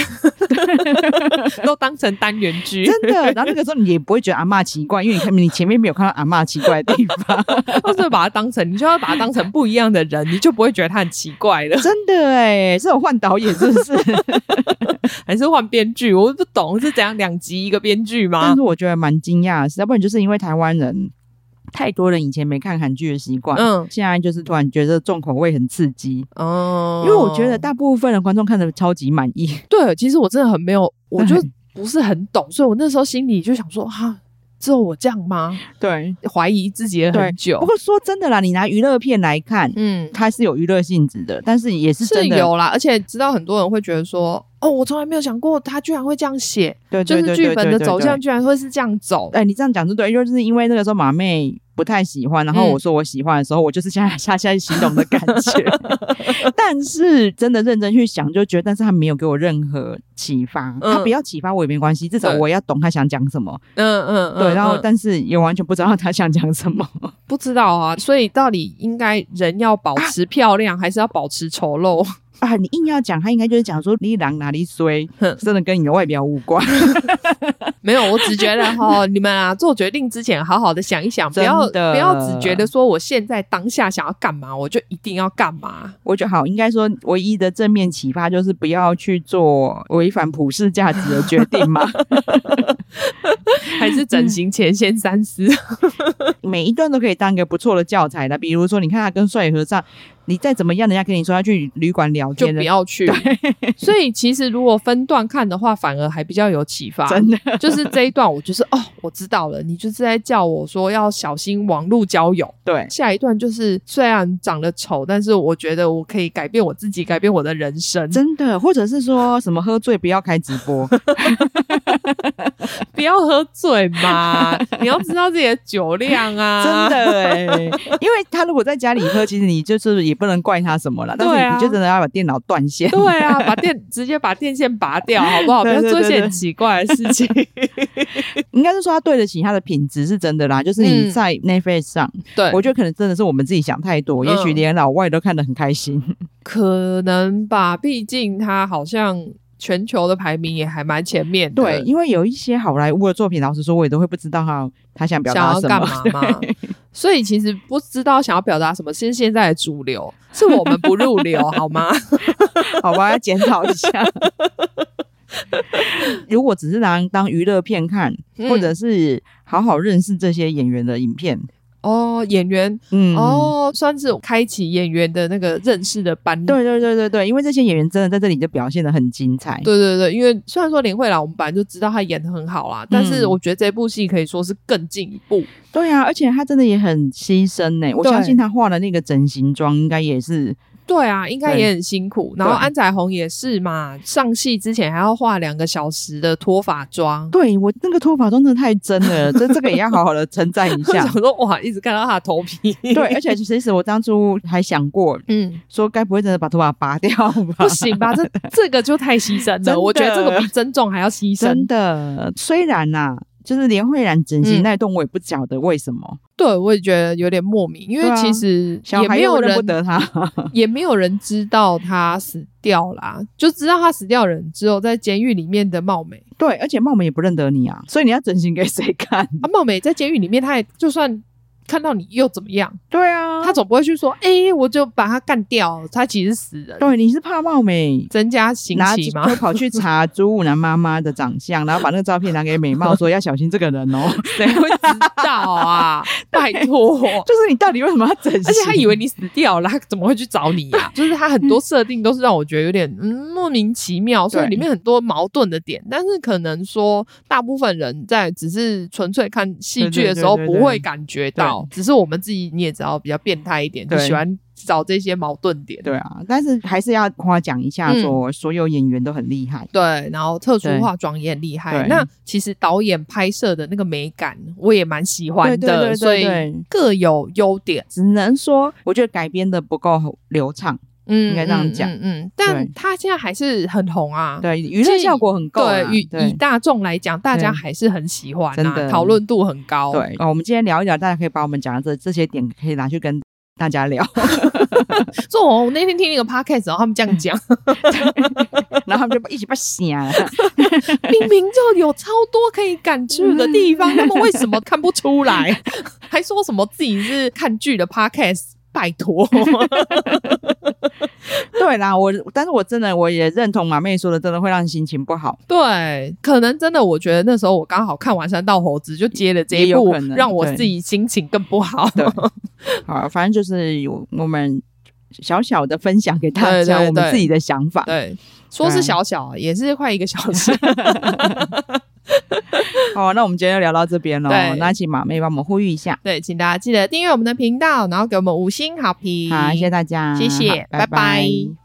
Speaker 1: 都当成单元 剧，
Speaker 2: 真的。然后那个时候你也不会觉得阿妈奇怪，因为你看你前面没有看到阿妈奇怪的地 方，
Speaker 1: 或者把它当成，你就要把它当成不一样的人，你就不会觉得他很奇怪了。
Speaker 2: 真的哎，这种换导演是不 是？
Speaker 1: 还是换编剧？我不懂是怎样两集一个编剧吗？
Speaker 2: 但是我觉得蛮惊讶的是，要不然就是因为台湾人。太多人以前没看韩剧的习惯，嗯，现在就是突然觉得重口味很刺激哦，因为我觉得大部分的观众看的超级满意。
Speaker 1: 对，其实我真的很没有，我就不是很懂，所以我那时候心里就想说，哈，只有我这样吗？
Speaker 2: 对，
Speaker 1: 怀疑自己很久。
Speaker 2: 不过说真的啦，你拿娱乐片来看，嗯，它是有娱乐性质的，但是也是真的
Speaker 1: 有啦，而且知道很多人会觉得说。哦，我从来没有想过他居然会这样写，
Speaker 2: 对,
Speaker 1: 對，就是剧本的走向居然会是这样走。
Speaker 2: 哎、欸，你这样讲是对，就是因为那个时候马妹不太喜欢，然后我说我喜欢的时候，嗯、我就是下下下心动的感觉。 但是真的认真去想，就觉得，但是他没有给我任何启发，嗯、他不要启发我也没关系，至少我要懂他想讲什么。
Speaker 1: 嗯嗯，嗯
Speaker 2: 对，然后但是也完全不知道他想讲什么，
Speaker 1: 不知道啊。所以到底应该人要保持漂亮，啊、还是要保持丑陋？
Speaker 2: 啊，你硬要讲，他应该就是讲说你狼哪里衰，真的跟你的外表无关。
Speaker 1: 没有，我只觉得 哈，你们啊做决定之前，好好的想一想，不要不要只觉得说我现在当下想要干嘛，我就一定要干 嘛。
Speaker 2: 我觉得好，应该说唯一的正面启发就是不要去做违反普世价值的决定 嘛。
Speaker 1: 还是整形前先三思，
Speaker 2: 每一段都可以当一个不错的教材的。比如说，你看他跟帅和尚。你再怎么样，人家跟你说要去旅馆聊天，
Speaker 1: 就不要 去。所以其实如果分段看的话，反而还比较有启发。
Speaker 2: 真的，
Speaker 1: 就是这一段，我就是哦，我知道了，你就是在叫我说要小心网络交友。
Speaker 2: 对，
Speaker 1: 下一段就是虽然长得丑，但是我觉得我可以改变我自己，改变我的人生。
Speaker 2: 真的，或者是说什么喝醉不要开直播，
Speaker 1: 不要喝醉 嘛，你要知道自己的酒量
Speaker 2: 啊。真的哎、欸，因为他如果在家里喝，其实你就是也。不能怪他什么了，但是你就真的要把电脑断 线。
Speaker 1: 对啊，把电直接把电线拔掉，好 不好？不要做一些奇怪的 事情。
Speaker 2: 应该是说他对得起他的品质是真的啦，就是你在 Netflix 上，
Speaker 1: 对
Speaker 2: 我觉得可能真的是我们自己想太多，也许连老外都看得很开心，
Speaker 1: 可能吧。毕竟他好像全球的排名也还蛮前面的。
Speaker 2: 对，因为有一些好莱坞的作品，老实说，我也都会不知道他他想表达什
Speaker 1: 么嘛。所以其实不知道想要表达什么，是现在的主流，是我们不入 流，好吗？
Speaker 2: 好吧，要检讨一下。如果只是拿当娱乐片看，嗯、或者是好好认识这些演员的影片。
Speaker 1: 哦，演员，嗯，哦，算是开启演员的那个认识的班。
Speaker 2: 对对对对对，因为这些演员真的在这里就表现的很精彩。
Speaker 1: 对对对，因为虽然说林慧兰我们本来就知道她演的很好啦，嗯、但是我觉得这部戏可以说是更进一步。
Speaker 2: 对啊，而且她真的也很牺牲呢、欸。我相信她化的那个整形妆，应该也是。
Speaker 1: 对啊，应该也很辛苦。然后安宰红也是嘛，上戏之前还要化两个小时的脱发妆。
Speaker 2: 对我那个脱发妆真的太真了，这这个也要好好的称赞一下。
Speaker 1: 我说哇，一直看到他的头皮。
Speaker 2: 对，而且其实我当初还想过， 嗯，说该不会真的把头发拔掉吧？
Speaker 1: 不行吧，这这个就太牺牲了。 我觉得这个比增重还要牺牲。
Speaker 2: 真的，虽然呐、啊。就是连慧兰整
Speaker 1: 嗯
Speaker 2: 形那段，我也不晓得为什么。嗯、
Speaker 1: 对，我也觉得有点莫名，因为其实也没有人、
Speaker 2: 啊、不得他，
Speaker 1: 也没有人知道他死掉啦，就知道他死掉人只有在监狱里面的貌美。
Speaker 2: 对，而且貌美也不认得你啊，所以你要整形给谁看？
Speaker 1: 啊，貌美在监狱里面，她也就算。看到你又怎么样？
Speaker 2: 对啊，
Speaker 1: 他总不会去说，哎、我就把他干掉，他其实是死人，
Speaker 2: 对，你是怕貌美。
Speaker 1: 增加刑
Speaker 2: 拿
Speaker 1: 期
Speaker 2: 就
Speaker 1: 吗？
Speaker 2: 跑去查朱武南妈妈的长相，然后把那个照片拿给美貌说要小心这个人哦。
Speaker 1: 谁会知道啊？ 拜托，
Speaker 2: 就是你到底为什么要整形？
Speaker 1: 而且他以为你死 掉了，他怎么会去找你呀、就是他很多设定都是让我觉得有点嗯莫名其妙，所以
Speaker 2: 对
Speaker 1: 里面很多矛盾的点。但是可能说，大部分人在只是纯粹看戏剧的时候
Speaker 2: 对对对对
Speaker 1: 不
Speaker 2: 对
Speaker 1: 会感觉到，只是我们自己你也知道比较变态一点，就
Speaker 2: 对
Speaker 1: 喜欢找这些矛盾点。
Speaker 2: 对啊，但是还是要夸奖一
Speaker 1: 嗯
Speaker 2: 下，说所有演员都很厉害。
Speaker 1: 对，然后特殊
Speaker 2: 对
Speaker 1: 化妆也很厉害。
Speaker 2: 对
Speaker 1: 那其实导演拍摄的那个美感，我也蛮喜欢
Speaker 2: 对
Speaker 1: 的，
Speaker 2: 对对对
Speaker 1: 所
Speaker 2: 对
Speaker 1: 以各有优点。
Speaker 2: 只能说，我觉得改编的不够流畅，
Speaker 1: 嗯
Speaker 2: 应该这样
Speaker 1: 嗯
Speaker 2: 讲
Speaker 1: 嗯嗯，但
Speaker 2: 对
Speaker 1: 他现在还是很红啊。
Speaker 2: 对娱乐效果很够啦。
Speaker 1: 对，以以
Speaker 2: 对
Speaker 1: 大众来讲，大家
Speaker 2: 对
Speaker 1: 还是很喜欢
Speaker 2: 真
Speaker 1: 啊，
Speaker 2: 的
Speaker 1: 讨论度很高。
Speaker 2: 对，哦，我们今天聊一聊，大家可以把我们讲的这这些点，可以拿去跟大家聊，
Speaker 1: 所以我我那天听那个 podcast，然后他们这样讲，
Speaker 2: 嗯 然后他们就一起把想了。
Speaker 1: 明明就有超多可以赶剧的地方，他们为什么看不出来？ 还说什么自己是看剧的 podcast？拜 托，
Speaker 2: 对啦，我但是我真的我也认同马妹说的，真的会让心情不好。
Speaker 1: 对，可能真的，我觉得那时候我刚好看完《山道猴子》，就接了这
Speaker 2: 也
Speaker 1: 一
Speaker 2: 有
Speaker 1: 部
Speaker 2: 可，能
Speaker 1: 让我
Speaker 2: 对
Speaker 1: 自己心情更不好。
Speaker 2: 对好，反正就是有我们小小的分享给大家
Speaker 1: 对对
Speaker 2: 我们
Speaker 1: 对
Speaker 2: 自己的想法。
Speaker 1: 对，说是小小，也是快一个小 时。
Speaker 2: 好，那我们今天就聊到这边喽。
Speaker 1: 对
Speaker 2: 那请马妹帮我们呼吁一下。
Speaker 1: 对，请大家记得订阅我们的频道，然后给我们五星好评。
Speaker 2: 好，谢谢大家，
Speaker 1: 谢谢
Speaker 2: 好
Speaker 1: 拜拜
Speaker 2: 拜